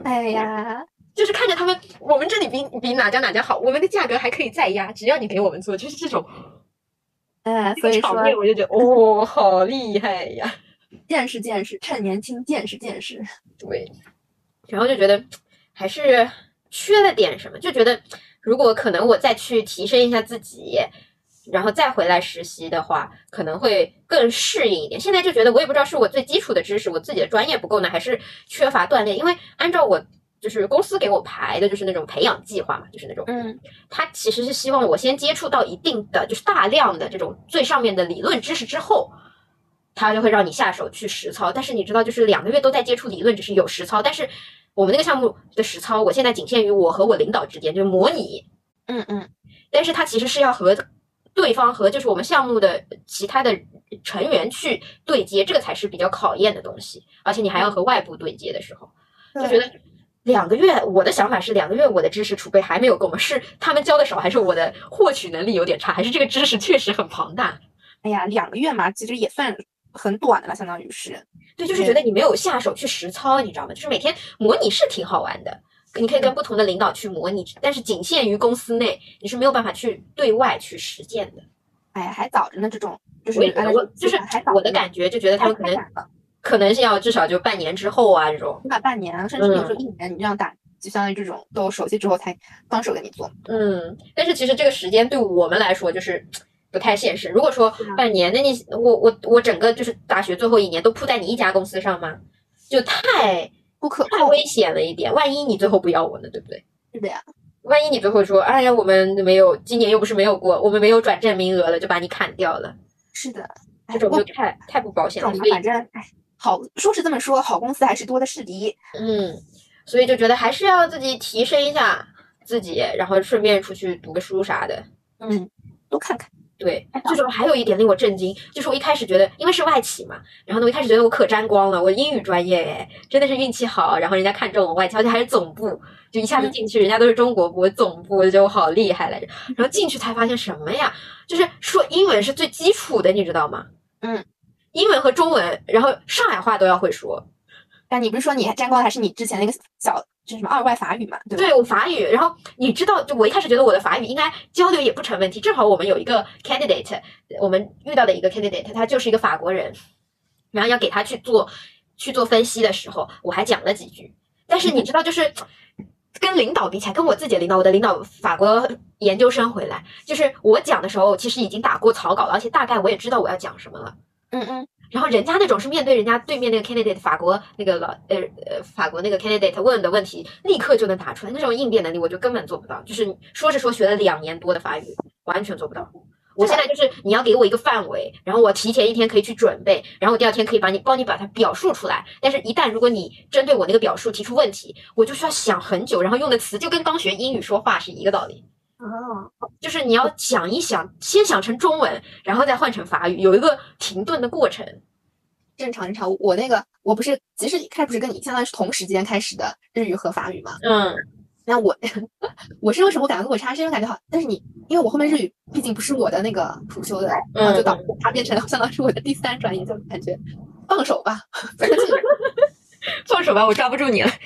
Speaker 2: 哎呀，
Speaker 1: 就是看着他们，我们这里比比哪家哪家好，我们的价格还可以再压，只要你给我们做，就是这种
Speaker 2: 哎，
Speaker 1: 这
Speaker 2: 所
Speaker 1: 个
Speaker 2: 以
Speaker 1: 场
Speaker 2: 说
Speaker 1: 面，我就觉得哦，好厉害呀！
Speaker 2: 见识见识，趁年轻见识见识。
Speaker 1: 对，然后就觉得还是缺了点什么，就觉得如果可能我再去提升一下自己，然后再回来实习的话，可能会更适应一点。现在就觉得我也不知道是我最基础的知识，我自己的专业不够呢，还是缺乏锻炼？因为按照我就是公司给我排的就是那种培养计划嘛，就是那种
Speaker 2: 嗯，
Speaker 1: 他其实是希望我先接触到一定的，就是大量的这种最上面的理论知识之后，他就会让你下手去实操。但是你知道，就是两个月都在接触理论，只是有实操。但是我们那个项目的实操，我现在仅限于我和我领导之间，就是模拟。
Speaker 2: 嗯嗯，
Speaker 1: 但是它其实是要和对方和就是我们项目的其他的成员去对接，这个才是比较考验的东西。而且你还要和外部对接的时候。就觉
Speaker 2: 对
Speaker 1: 得两个月，我的想法是两个月我的知识储备还没有够吗？是他们教的少，还是我的获取能力有点差，还是这个知识确实很庞大？
Speaker 2: 哎呀，两个月嘛，其实也算很短的了，相当于是。
Speaker 1: 对，就是觉得你没有下手去实操，你知道吗？就是每天模拟是挺好玩的，你可以跟不同的领导去模拟，但是仅限于公司内，你是没有办法去对外去实践的。
Speaker 2: 哎呀，还早着呢，这种就是
Speaker 1: 我也觉
Speaker 2: 按
Speaker 1: 得
Speaker 2: 照
Speaker 1: 我
Speaker 2: 这种
Speaker 1: 就是
Speaker 2: 计划还早
Speaker 1: 我的
Speaker 2: 着呢
Speaker 1: 感觉，就觉得他们可
Speaker 2: 还
Speaker 1: 能
Speaker 2: 还早着
Speaker 1: 可能是要至少就半年之后啊这种。
Speaker 2: 起码半年，甚至有时候
Speaker 1: 嗯
Speaker 2: 一年，你这样打，就相当于这种都熟悉之后才放手给你做。
Speaker 1: 嗯，但是其实这个时间对我们来说就是不太现实。如果说
Speaker 2: 对啊
Speaker 1: 半年，那你我我我整个就是大学最后一年都扑在你一家公司上吗？就太
Speaker 2: 不可
Speaker 1: 太
Speaker 2: 控，
Speaker 1: 危险了一点。万一你最后不要我呢，对不对？
Speaker 2: 是的呀。
Speaker 1: 万一你最后说，哎呀，我们没有，今年又不是没有过，我们没有转正名额了，就把你砍掉了，
Speaker 2: 是的，哎，
Speaker 1: 这种
Speaker 2: 不
Speaker 1: 就
Speaker 2: 过
Speaker 1: 太太不保
Speaker 2: 这
Speaker 1: 险了。
Speaker 2: 种嘛
Speaker 1: 所以
Speaker 2: 反正哎，好说是这么说，好公司还是多的是的。
Speaker 1: 嗯，所以就觉得还是要自己提升一下自己，然后顺便出去读个书啥的。
Speaker 2: 嗯，多看看。
Speaker 1: 对
Speaker 2: 太，早
Speaker 1: 最主要还有一点令我震惊，就是我一开始觉得，因为是外企嘛，然后呢，我一开始觉得我可沾光了，我英语专业哎，真的是运气好，然后人家看中我外企，而且还是总部，就一下子
Speaker 2: 嗯
Speaker 1: 进去，人家都是中国部，我总部，我就觉得我好厉害来着。然后进去才发现什么呀，就是说英文是最基础的，你知道吗？
Speaker 2: 嗯，
Speaker 1: 英文和中文，然后上海话都要会说，
Speaker 2: 但你不是说你还沾光的还是你之前那个小就是什么二外法语嘛，对吧？
Speaker 1: 对我法语，然后你知道，就我一开始觉得我的法语应该交流也不成问题。正好我们有一个 candidate，我们遇到的一个 candidate，他就是一个法国人，然后要给他去做去做分析的时候，我还讲了几句。但是你知道，就是跟领导比起来，跟我自己的领导，我的领导法国研究生回来，就是我讲的时候，其实已经打过草稿了，而且大概我也知道我要讲什么了。
Speaker 2: 嗯嗯，
Speaker 1: 然后人家那种是面对人家对面那个 candidate 法国那个老呃呃法国那个 candidate 问的问题，立刻就能答出来，那种应变能力我就根本做不到。就是说是说学了两年多的法语，完全做不到。我现在就是你要给我一个范围，然后我提前一天可以去准备，然后我第二天可以把你帮你把它表述出来。但是，一旦如果你针对我那个表述提出问题，我就需要想很久，然后用的词就跟刚学英语说话是一个道理。
Speaker 2: 哦，
Speaker 1: 就是你要想一想，先想成中文，然后再换成法语，有一个停顿的过程。
Speaker 2: 正常正常。我那个我不是，其实一开始不是跟你相当于是同时间开始的日语和法语嘛，
Speaker 1: 嗯，那我
Speaker 2: 我 是为什么我感觉落差是因为感觉好，但是你因为我后面日语毕竟不是我的那个主修的，然后就导致它变成了相当于是我的第三专业，就感觉放手吧， 反正就是
Speaker 1: 放手吧，我抓不住你了。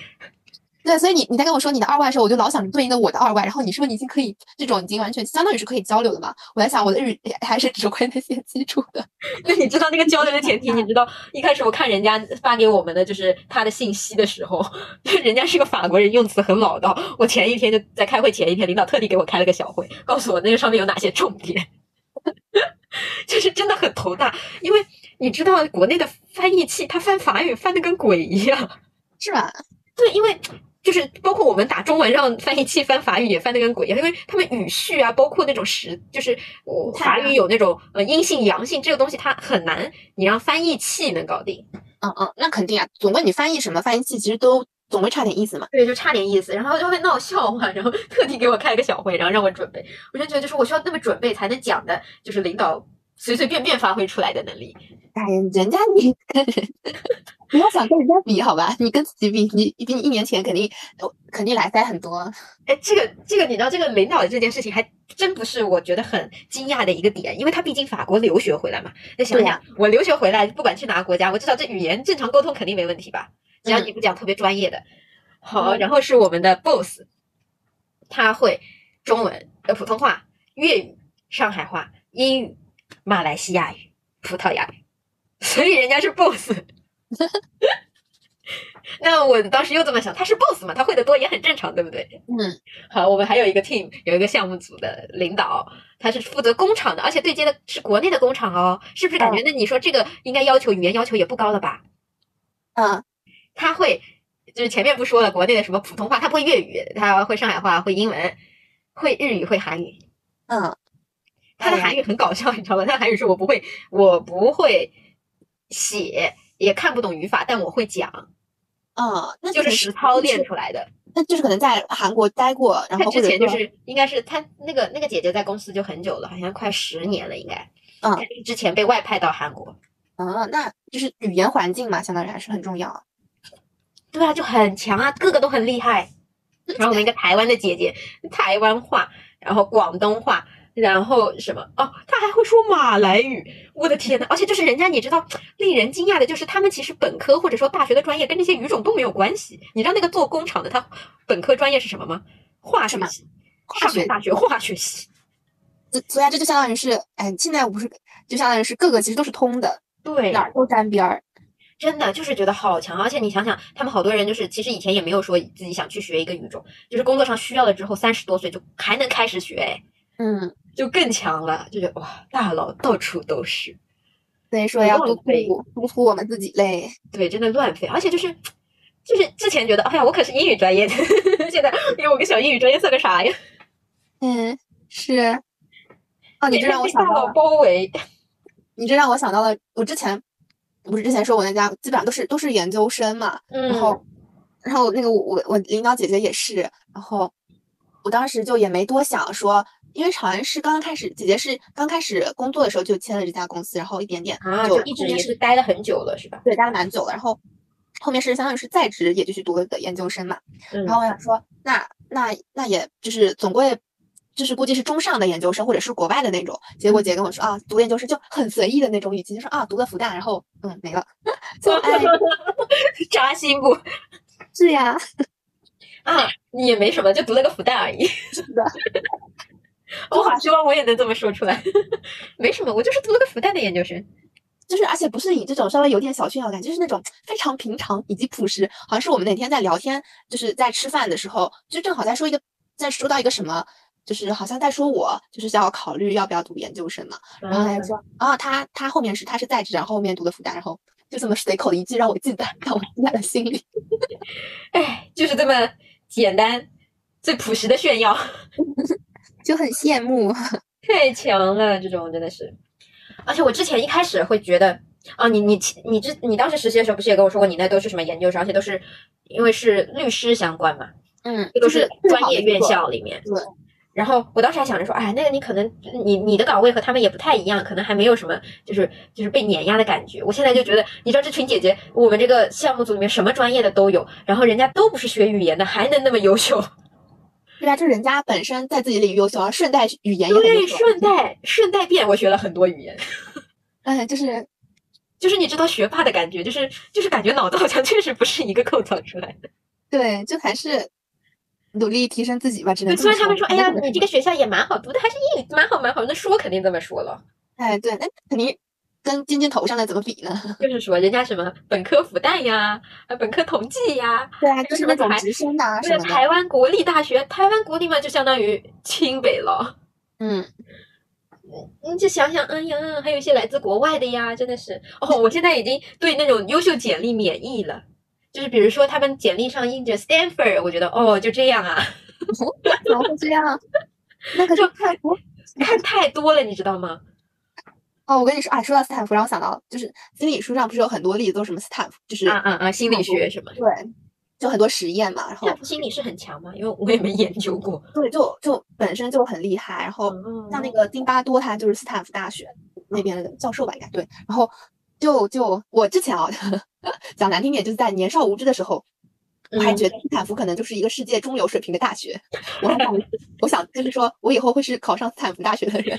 Speaker 2: 对，所以你你在跟我说你的二外的时候，我就老想着对应的我的二外，然后你是不是已经可以这种已经完全相当于是可以交流的嘛？我在想我的日语还是只会那些基础的，
Speaker 1: 那你知道那个交流的前提？你知道一开始我看人家发给我们的就是他的信息的时候， 人家是个法国人，用词很老道。我前一天就在开会前一天，领导特地给我开了个小会，告诉我那个上面有哪些重点， 就是真的很头大。因为你知道国内的翻译器，他翻法语翻的跟鬼一样。
Speaker 2: 是吧？
Speaker 1: 对，因为就是包括我们打中文让翻译器翻法语也翻的跟鬼一样，因为他们语序啊，包括那种时，就是我
Speaker 2: 太
Speaker 1: 法
Speaker 2: 难
Speaker 1: 语有那种呃阴性阳性这个东西，它很难你让翻译器能搞定。
Speaker 2: 嗯嗯，那肯定啊，总归你翻译什么翻译器，其实都总归差点意思嘛。
Speaker 1: 对，就差点意思，然后就会闹笑话，然后特地给我开个小会，然后让我准备。我就觉得，就是我需要那么准备才能讲的，就是领导随随便便发挥出来的能力。
Speaker 2: 哎，人家你跟人， 不要想跟人家比，好吧？你跟自己比，你比你一年前肯定肯定来塞很多。
Speaker 1: 哎，这个这个，你知道这个领导的这件事情，还真不是我觉得很惊讶的一个点，因为他毕竟法国留学回来嘛。那想
Speaker 2: 对
Speaker 1: 想，我留学回来，不管去哪个国家，我至少这语言正常沟通肯定没问题吧？只要你不讲特别专业的。好，
Speaker 2: 嗯
Speaker 1: 然后是我们的 boss，他会中文、呃普通话、粤语、上海话、英语、马来西亚语、葡萄牙语， 所以人家是 boss。那我当时又这么想，他是 boss 嘛，他会的多也很正常，对不对？
Speaker 2: 嗯，
Speaker 1: 好，我们还有一个 team，有一个项目组的领导，他是负责工厂的，而且对接的是国内的工厂哦，是不是感觉那你说这个应该要求语言要求也不高了吧？
Speaker 2: 嗯，
Speaker 1: 他会就是前面不说了，国内的什么普通话，他不会粤语，他会上海话，会英文，会日语，会韩语。
Speaker 2: 嗯，
Speaker 1: 他的
Speaker 2: 哎
Speaker 1: 韩语很搞笑，你知道吗？他的韩语是我不会，我不会写，也看不懂语法，但我会讲，
Speaker 2: 嗯，那
Speaker 1: 就是
Speaker 2: 可能
Speaker 1: 实操练
Speaker 2: 就是
Speaker 1: 出来的。
Speaker 2: 那就是可能在韩国待过，然
Speaker 1: 他
Speaker 2: 后
Speaker 1: 之
Speaker 2: 或者
Speaker 1: 前就
Speaker 2: 说
Speaker 1: 是应该是他那个那个姐姐在公司就很久了，好像快十年了，应该。
Speaker 2: 嗯
Speaker 1: 她就是之前被外派到韩国。
Speaker 2: 嗯，那就是语言环境嘛，相当于还是很重要。啊
Speaker 1: 对啊，就很强啊，个个都很厉害。然后我们一个台湾的姐姐，台湾话，然后广东话，然后什么哦，她还会说马来语，我的天呐！而且就是人家你知道，令人惊讶的就是他们其实本科或者说大学的专业跟这些语种都没有关系。你知道那个做工厂的他本科专业是什么吗？化学
Speaker 2: 什么
Speaker 1: 系，
Speaker 2: 化
Speaker 1: 上海
Speaker 2: 学，
Speaker 1: 大学化学系。
Speaker 2: 这所以啊这就相当于是，哎，现在不是就相当于是各个其实都是通的，
Speaker 1: 对，
Speaker 2: 哪儿都沾边儿。
Speaker 1: 真的就是觉得好强，而且你想想，他们好多人就是其实以前也没有说自己想去学一个语种，就是工作上需要了之后，三十多岁就还能开始学，哎，
Speaker 2: 嗯，
Speaker 1: 就更强了，就觉得哇，大佬到处都是，
Speaker 2: 所以说
Speaker 1: 不
Speaker 2: 要
Speaker 1: 用
Speaker 2: 督
Speaker 1: 背
Speaker 2: 促督促我们自己嘞。
Speaker 1: 对，真的乱飞，而且就是就是之前觉得，哎呀，我可是英语专业的， 现在给我个小英语专业算个啥呀？
Speaker 2: 嗯，是。哦，你这让我
Speaker 1: 被
Speaker 2: 想
Speaker 1: 大
Speaker 2: 到
Speaker 1: 佬
Speaker 2: 了，
Speaker 1: 包围，
Speaker 2: 你这让我想到了，我之前不是之前说我那家基本上都是都是研究生嘛，
Speaker 1: 嗯
Speaker 2: 然后，然后那个我我我领导姐姐也是，然后我当时就也没多想说，因为好像是刚刚开始，姐姐是刚开始工作的时候就签了这家公司，然后一点点
Speaker 1: 啊，
Speaker 2: 就
Speaker 1: 就一直
Speaker 2: 后
Speaker 1: 也
Speaker 2: 面
Speaker 1: 是
Speaker 2: 是
Speaker 1: 待了很久了，是吧？
Speaker 2: 对待了蛮久了，然后后面是相当于是在职也就去读了个研究生嘛，
Speaker 1: 嗯
Speaker 2: 然后我想说，那那那也就是总归就是估计是中上的研究生或者是国外的那种。结果姐跟我说啊，读研究生就很随意的那种语气，就说啊读个复旦，然后嗯没了， 就哎
Speaker 1: 扎心不？
Speaker 2: 是呀，
Speaker 1: 啊，也没什么，就读了个复旦而已。
Speaker 2: 是的，
Speaker 1: 我好希望我也能这么说出来， 没什么，我就是读了个复旦的研究生。
Speaker 2: 就是而且不是以这种稍微有点小炫耀感，就是那种非常平常以及朴实。好像是我们哪天在聊天，就是在吃饭的时候，就正好在说一个，在说到一个什么。就是好像在说我，就是要考虑要不要读研究生嘛。然后他
Speaker 1: 嗯
Speaker 2: 就说，啊，他他后面是他是在职，然后后面读的复旦，然后就这么随口的一句让我记在让我记在了心里。
Speaker 1: 哎，就是这么简单，最朴实的炫耀，
Speaker 2: 就很羡慕。
Speaker 1: 啊太强了，这种真的是。而且我之前一开始会觉得，啊，你你你之你当时实习的时候不是也跟我说过，你那都是什么研究生，而且都是因为是律师相关嘛，
Speaker 2: 嗯，
Speaker 1: 这都
Speaker 2: 是
Speaker 1: 是
Speaker 2: 最
Speaker 1: 专
Speaker 2: 好
Speaker 1: 业
Speaker 2: 的一
Speaker 1: 院
Speaker 2: 个。
Speaker 1: 校里面。
Speaker 2: 对。
Speaker 1: 然后我当时还想着说，哎，那个你可能你你的岗位和他们也不太一样，可能还没有什么就是就是被碾压的感觉。我现在就觉得，你知道这群姐姐，我们这个项目组里面什么专业的都有，然后人家都不是学语言的，还能那么优秀。
Speaker 2: 对啊，就是人家本身在自己领域优秀，然后顺带语言也很
Speaker 1: 对，
Speaker 2: 优秀。
Speaker 1: 顺带顺带便我学了很多语言，
Speaker 2: 嗯，就是
Speaker 1: 就是你知道学霸的感觉，就是就是感觉脑子好像 确实不是一个构造出来的。
Speaker 2: 对，就还是努力提升自己吧，只能
Speaker 1: 对虽
Speaker 2: 这么
Speaker 1: 然他们说，哎
Speaker 2: 肯定
Speaker 1: 呀，
Speaker 2: 不能
Speaker 1: 你这个学校也蛮好读的，还是英语蛮好蛮好，那说肯定这么说了。
Speaker 2: 哎，对，那肯定跟尖尖头上的怎么比呢？
Speaker 1: 就是说人家什么本科复旦呀，啊本科同济呀，
Speaker 2: 对啊，
Speaker 1: 就
Speaker 2: 就是是
Speaker 1: 那
Speaker 2: 那
Speaker 1: 种
Speaker 2: 种
Speaker 1: 还
Speaker 2: 直升的啊什
Speaker 1: 对
Speaker 2: 么的。
Speaker 1: 台湾国立大学，台湾国立嘛就相当于清北了。
Speaker 2: 嗯，
Speaker 1: 你就想想，哎呀，还有一些来自国外的呀，真的是哦，我现在已经对那种优秀简历免疫了。就是比如说，他们简历上印着 Stanford，我觉得哦，就这样啊，
Speaker 2: 怎么会这样？ 那可是
Speaker 1: 就
Speaker 2: 看不
Speaker 1: 看太多了，你知道吗？
Speaker 2: 哦，我跟你说啊，说到斯坦福，让我想到就是心理书上不是有很多例子，都是什么斯坦福，就是、
Speaker 1: 啊啊啊，心理学什么的，
Speaker 2: 对，就很多实验嘛，然后
Speaker 1: 那心理是很强吗？因为我也没研究过。
Speaker 2: 对，就就本身就很厉害，然后
Speaker 1: 嗯
Speaker 2: 像那个丁巴多，他就是斯坦福大学，那边的教授吧，应该对。然后就就我之前啊， 讲难听点，就是在年少无知的时候，我
Speaker 1: 嗯
Speaker 2: 还觉得斯坦福可能就是一个世界中游水平的大学，我还想，我想就是说我以后会是考上斯坦福大学 的人。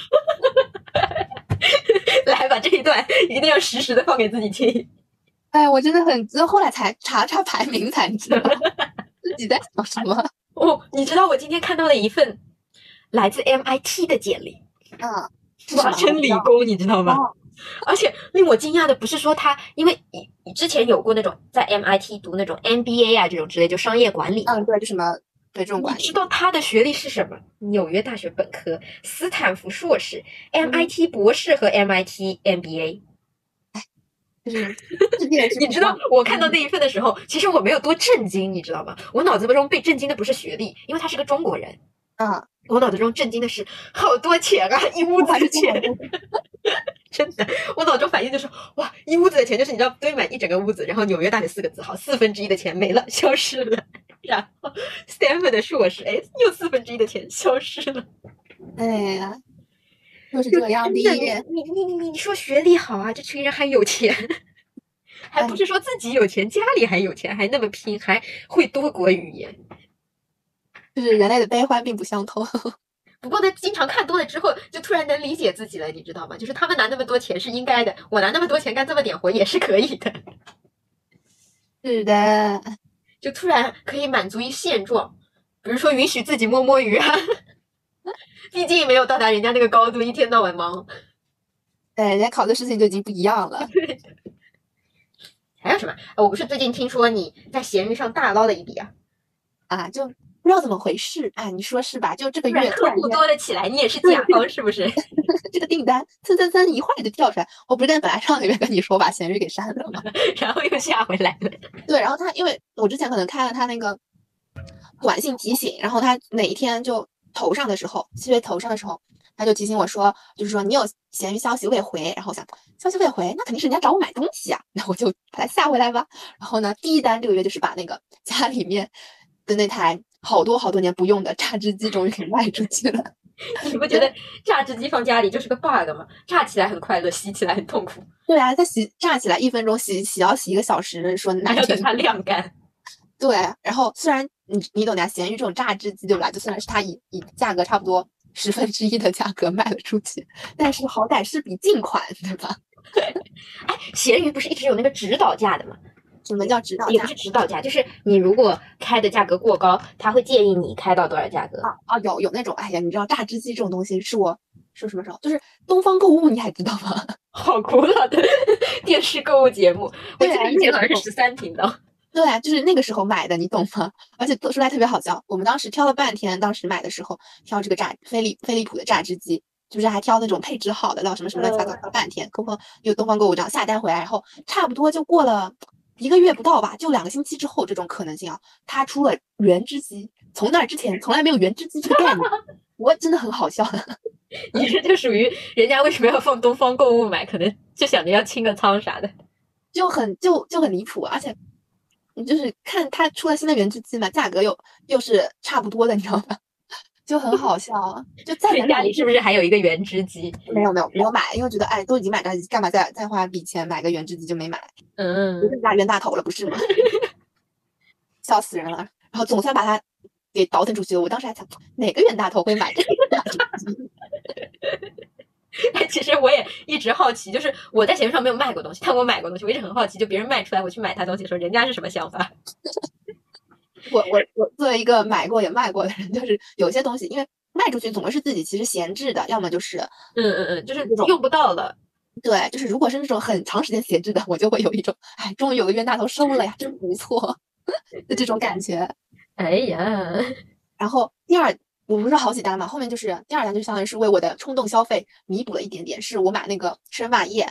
Speaker 1: 来把这一段一定要实时的放给自己听。
Speaker 2: 哎，我真的很，就后来才查查排名才知道 自己在想什么。
Speaker 1: 哦，你知道我今天看到了一份来自 MIT 的简历，
Speaker 2: 嗯，
Speaker 1: 麻省理工，你知道吗？
Speaker 2: 哦
Speaker 1: 而且令我惊讶的不是说他，因为以之前有过那种在 MIT 读那种 MBA 啊这种之类，就商业管理。
Speaker 2: 嗯，对，就什么对这种管
Speaker 1: 你
Speaker 2: 理
Speaker 1: 知道他的学历是什么？纽约大学本科、斯坦福硕士、MIT 博士和 MIT MBA。
Speaker 2: 就是世界是
Speaker 1: 你知道我看到那一份的时候，其实我没有多震惊，你知道吗？我脑子中被震惊的不是学历，因为他是个中国人，
Speaker 2: 嗯，
Speaker 1: 我脑子中震惊的是好多钱啊，一屋
Speaker 2: 不
Speaker 1: 子
Speaker 2: 管
Speaker 1: 的
Speaker 2: 是中国
Speaker 1: 钱，
Speaker 2: 人
Speaker 1: 真的，我脑中反应就是哇，一屋子的钱就是你知道堆满一整个屋子，然后纽约大学四个字，好，四分之一的钱没了，消失了，然后 Stanford 的硕士，哎，又四分之一的钱消失了，
Speaker 2: 哎呀，就是这样
Speaker 1: 真
Speaker 2: 的。
Speaker 1: 的，你你你你你说学历好啊，这群人还有钱，还不是说自己有钱，家里还有钱，还那么拼，还会多国语言。
Speaker 2: 就是人类的悲欢并不相通。
Speaker 1: 不过呢，经常看多了之后，就突然能理解自己了，你知道吗？就是他们拿那么多钱是应该的，我拿那么多钱干这么点活也是可以的，
Speaker 2: 是的，
Speaker 1: 就突然可以满足于现状，比如说允许自己摸摸鱼啊， 毕竟没有到达人家那个高度，一天到晚忙。
Speaker 2: 对，人家考虑的事情就已经不一样了。
Speaker 1: 还有什么？呃我不是最近听说你在闲鱼上大捞了一笔啊，
Speaker 2: 啊，就不知道怎么回事啊，你说是吧？就这个
Speaker 1: 突然
Speaker 2: 月突
Speaker 1: 客
Speaker 2: 然
Speaker 1: 户
Speaker 2: 间
Speaker 1: 多了起来，你也是甲方是不是？
Speaker 2: 这个订单蹭蹭蹭一会儿就跳出来，我不是本来上个月跟你说我把闲鱼给删了吗？
Speaker 1: 然后又下回来了。
Speaker 2: 对，然后他因为我之前可能开了他那个短信提醒，然后他哪一天就头上的时候，七月头上的时候，他就提醒我说，就是说你有闲鱼消息未回，然后我想消息未回，那肯定是人家找我买东西啊， 那我就把它下回来吧。然后呢，第一单这个月就是把那个 家里面的那台好多好多年不用的榨汁机终于给卖出去了。
Speaker 1: 你不觉得榨汁机放家里就是个 bug 吗？榨起来很快乐，洗起来很痛苦，
Speaker 2: 对啊，它洗炸起来一分钟洗洗要洗一个小时，说
Speaker 1: 还
Speaker 2: 拿
Speaker 1: 要
Speaker 2: 去
Speaker 1: 等它晾干。
Speaker 2: 对，然后虽然你你懂的呀，闲鱼这种榨汁机对吧？就虽然是它以以价格差不多十分之一的价格卖了出去，但是好歹是笔进款对吧？
Speaker 1: 哎，闲鱼不是一直有那个指导价的吗？
Speaker 2: 什么叫指导
Speaker 1: 也
Speaker 2: 价
Speaker 1: 不是指导价，就是你如果开的价格过高，他会建议你开到多少价格。
Speaker 2: 啊？啊，有有那种，哎呀，你知道榨汁机这种东西是我是什么时候？就是东方购物，你还知道吗？
Speaker 1: 好古老 的电视购物节目，我
Speaker 2: 对
Speaker 1: 记
Speaker 2: 啊
Speaker 1: 得以前好像是
Speaker 2: 那
Speaker 1: 十三频道。
Speaker 2: 对啊，就是那个时候买的，你懂吗？而且做出来特别好笑。我们当时挑了半天，当时买的时候挑这个榨飞利飞利浦的榨汁机，就是还挑那种配置好的，到什么什么乱七八糟，挑了半天。包括有东方购物这样下单回来，然后差不多就过了一个月不到吧，就两个星期之后，这种可能性啊，它出了原汁机。从那之前从来没有原汁机这个概念， 我真的很好笑。
Speaker 1: 你这就属于人家为什么要放东方购物买，可能就想着要清个仓啥的。
Speaker 2: 就很就就很离谱，而且你就是看它出了新的原制机嘛，价格又又是差不多的，你知道吧？ 就很好笑啊，就再
Speaker 1: 人
Speaker 2: 能
Speaker 1: 家
Speaker 2: 买
Speaker 1: 里是不是还有一个原汁机？
Speaker 2: 没有没有没有买，因为觉得哎都已经买这干嘛再再花笔钱买个原制机就没买，
Speaker 1: 嗯，
Speaker 2: 更大冤大头了不是吗？ 笑死人了，然后总算把它给倒腾出去了。我当时还想哪个冤大头会买这个原榨汁机？
Speaker 1: 哎，其实我也一直好奇，就是我在闲鱼上没有卖过东西，但我买过东西，我一直很好奇，就别人卖出来，我去买他东西的时候，人家是什么想法？
Speaker 2: 我我我作为一个买过也卖过的人，就是有些东西因为卖出去总归是自己其实闲置的，要么就是
Speaker 1: 嗯嗯嗯，就是
Speaker 2: 这种
Speaker 1: 用不到了，
Speaker 2: 对，就是如果是那种很长时间闲置的，我就会有一种，哎，终于有个冤大头收了呀，真不错 的这种感觉。
Speaker 1: 哎呀，
Speaker 2: 然后第二，我不是好几单嘛，后面就是第二单，就相当于是为我的冲动消费弥补了一点点，是我买那个生发液，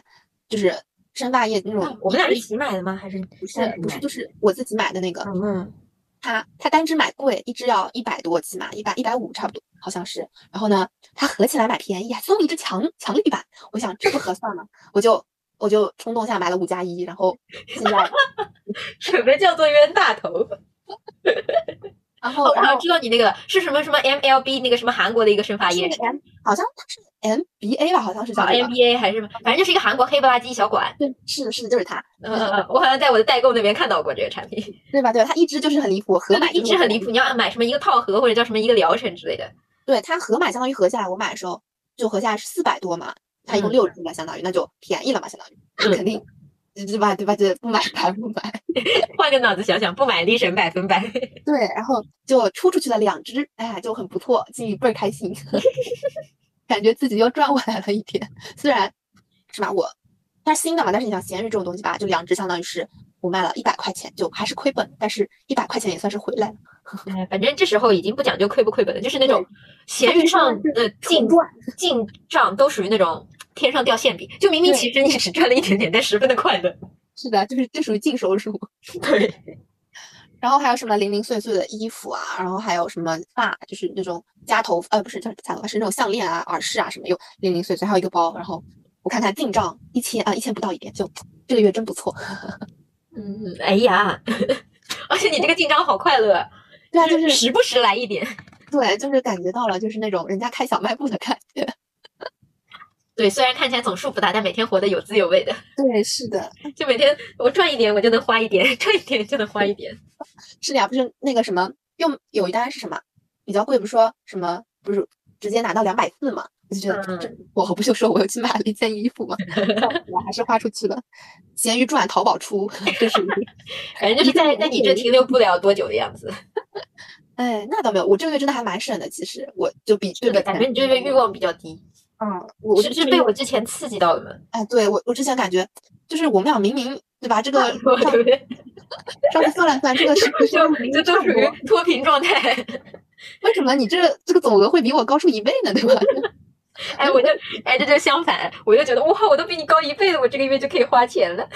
Speaker 2: 就是生发液那种，
Speaker 1: 啊我们俩一起买的吗？还是嗯不
Speaker 2: 不是不是，就是我自己买的那个，
Speaker 1: 嗯，
Speaker 2: 它它单支买贵，一支要一百多起码，一百一百五差不多，好像是。然后呢，它合起来买便宜，还送了一支强强力版。我想这不合算吗？我就我就冲动下买了五加一，然后现在
Speaker 1: 哦什么叫做冤大头？
Speaker 2: 然
Speaker 1: 哦
Speaker 2: 后，
Speaker 1: 我
Speaker 2: 然
Speaker 1: 好
Speaker 2: 后
Speaker 1: 像知道你那个了，是什么什么 MLB 那个什么韩国的一个申发
Speaker 2: 是
Speaker 1: 业
Speaker 2: M，好像它是 MBA 吧，好像是叫
Speaker 1: 啊
Speaker 2: 这个。
Speaker 1: ，NBA 还是什么，反正就是一个韩国黑不拉几小管。
Speaker 2: 对，是的，是的，就是它，
Speaker 1: 嗯嗯嗯，我好像在我的代购那边看到过这个产品，
Speaker 2: 对吧？对吧？它一支就是很离谱，
Speaker 1: 对
Speaker 2: 盒
Speaker 1: 吧？
Speaker 2: 买
Speaker 1: 一支很离。谱，你要买什么一个套盒或者叫什么一个疗程之类的，
Speaker 2: 对，它盒买相当于盒下，我买的时候就盒下是四百多嘛，它一共
Speaker 1: 嗯
Speaker 2: 六支嘛，相当于那就便宜了嘛，相当 于
Speaker 1: 嗯
Speaker 2: 那肯定，对吧？对吧？对，不买白不买。
Speaker 1: 换个脑子想想，不买力神百分百。
Speaker 2: 对，然后就出出去了两只，哎呀，就很不错，心里倍儿开心， 感觉自己又赚回来了一点。虽然是吧，我它是新的嘛，但是你想闲鱼这种东西吧，就两只相当于是我卖了一百块钱，就还是亏本，但是一百块钱也算是回来了，
Speaker 1: 哎， 反正这时候已经不讲究亏不亏本了，就是那种闲鱼上的进
Speaker 2: 赚。
Speaker 1: 进账都属于那种天上掉馅饼，就明明
Speaker 2: 对
Speaker 1: 其实你只赚了一点点，但十分的快乐。
Speaker 2: 是的，就是这属于净收入。
Speaker 1: 对，
Speaker 2: 然后还有什么零零碎碎的衣服啊，然后还有什么发，就是那种夹头发，呃，不是叫夹头发，是那种项链啊、耳饰啊什么，又零零碎碎，还有一个包。然后我看看进账一千啊，一千不到一点，就这个月真不错。
Speaker 1: 嗯，哎呀，而且你这个进账好快乐，
Speaker 2: 对啊，就是
Speaker 1: 时不时来一点。
Speaker 2: 对，就是感觉到了，就是那种人家开小卖部的感觉。
Speaker 1: 对，虽然看起来总数不大，但每天活得有滋有味的。
Speaker 2: 对，是的，
Speaker 1: 就每天我赚一点，我就能花一点；赚一点就能花一点。
Speaker 2: 是的呀，不是那个什么，又有一单是什么比较贵，不是说什么不是直接拿到两百四嘛？我就觉得
Speaker 1: 嗯
Speaker 2: 这我不就说我又去买了一件衣 服嘛，但我还是花出去了。闲鱼赚，淘宝出， 这是一个。
Speaker 1: 感觉就是在在你这停留不了多久的样子。
Speaker 2: 哎，那倒没有，我这个月真的还蛮省的。其实我就比对
Speaker 1: 是的，
Speaker 2: 比
Speaker 1: 感
Speaker 2: 起
Speaker 1: 觉
Speaker 2: 来
Speaker 1: 你这个欲望比较低，
Speaker 2: 嗯，我
Speaker 1: 是
Speaker 2: 就是
Speaker 1: 被我之前刺激到的吗？
Speaker 2: 哎，对我我之前感觉就是我们俩明明对吧？这个上
Speaker 1: 对不对？
Speaker 2: 上次算了算，这个是是不是
Speaker 1: 就这
Speaker 2: 明明
Speaker 1: 都
Speaker 2: 差
Speaker 1: 属
Speaker 2: 不多？
Speaker 1: 于脱贫状态。
Speaker 2: 为什么你这这个总额会比我高出一倍呢？对吧？
Speaker 1: 哎，我就哎，这就相反，我就觉得哇，我都比你高一倍了，我这个月就可以花钱了。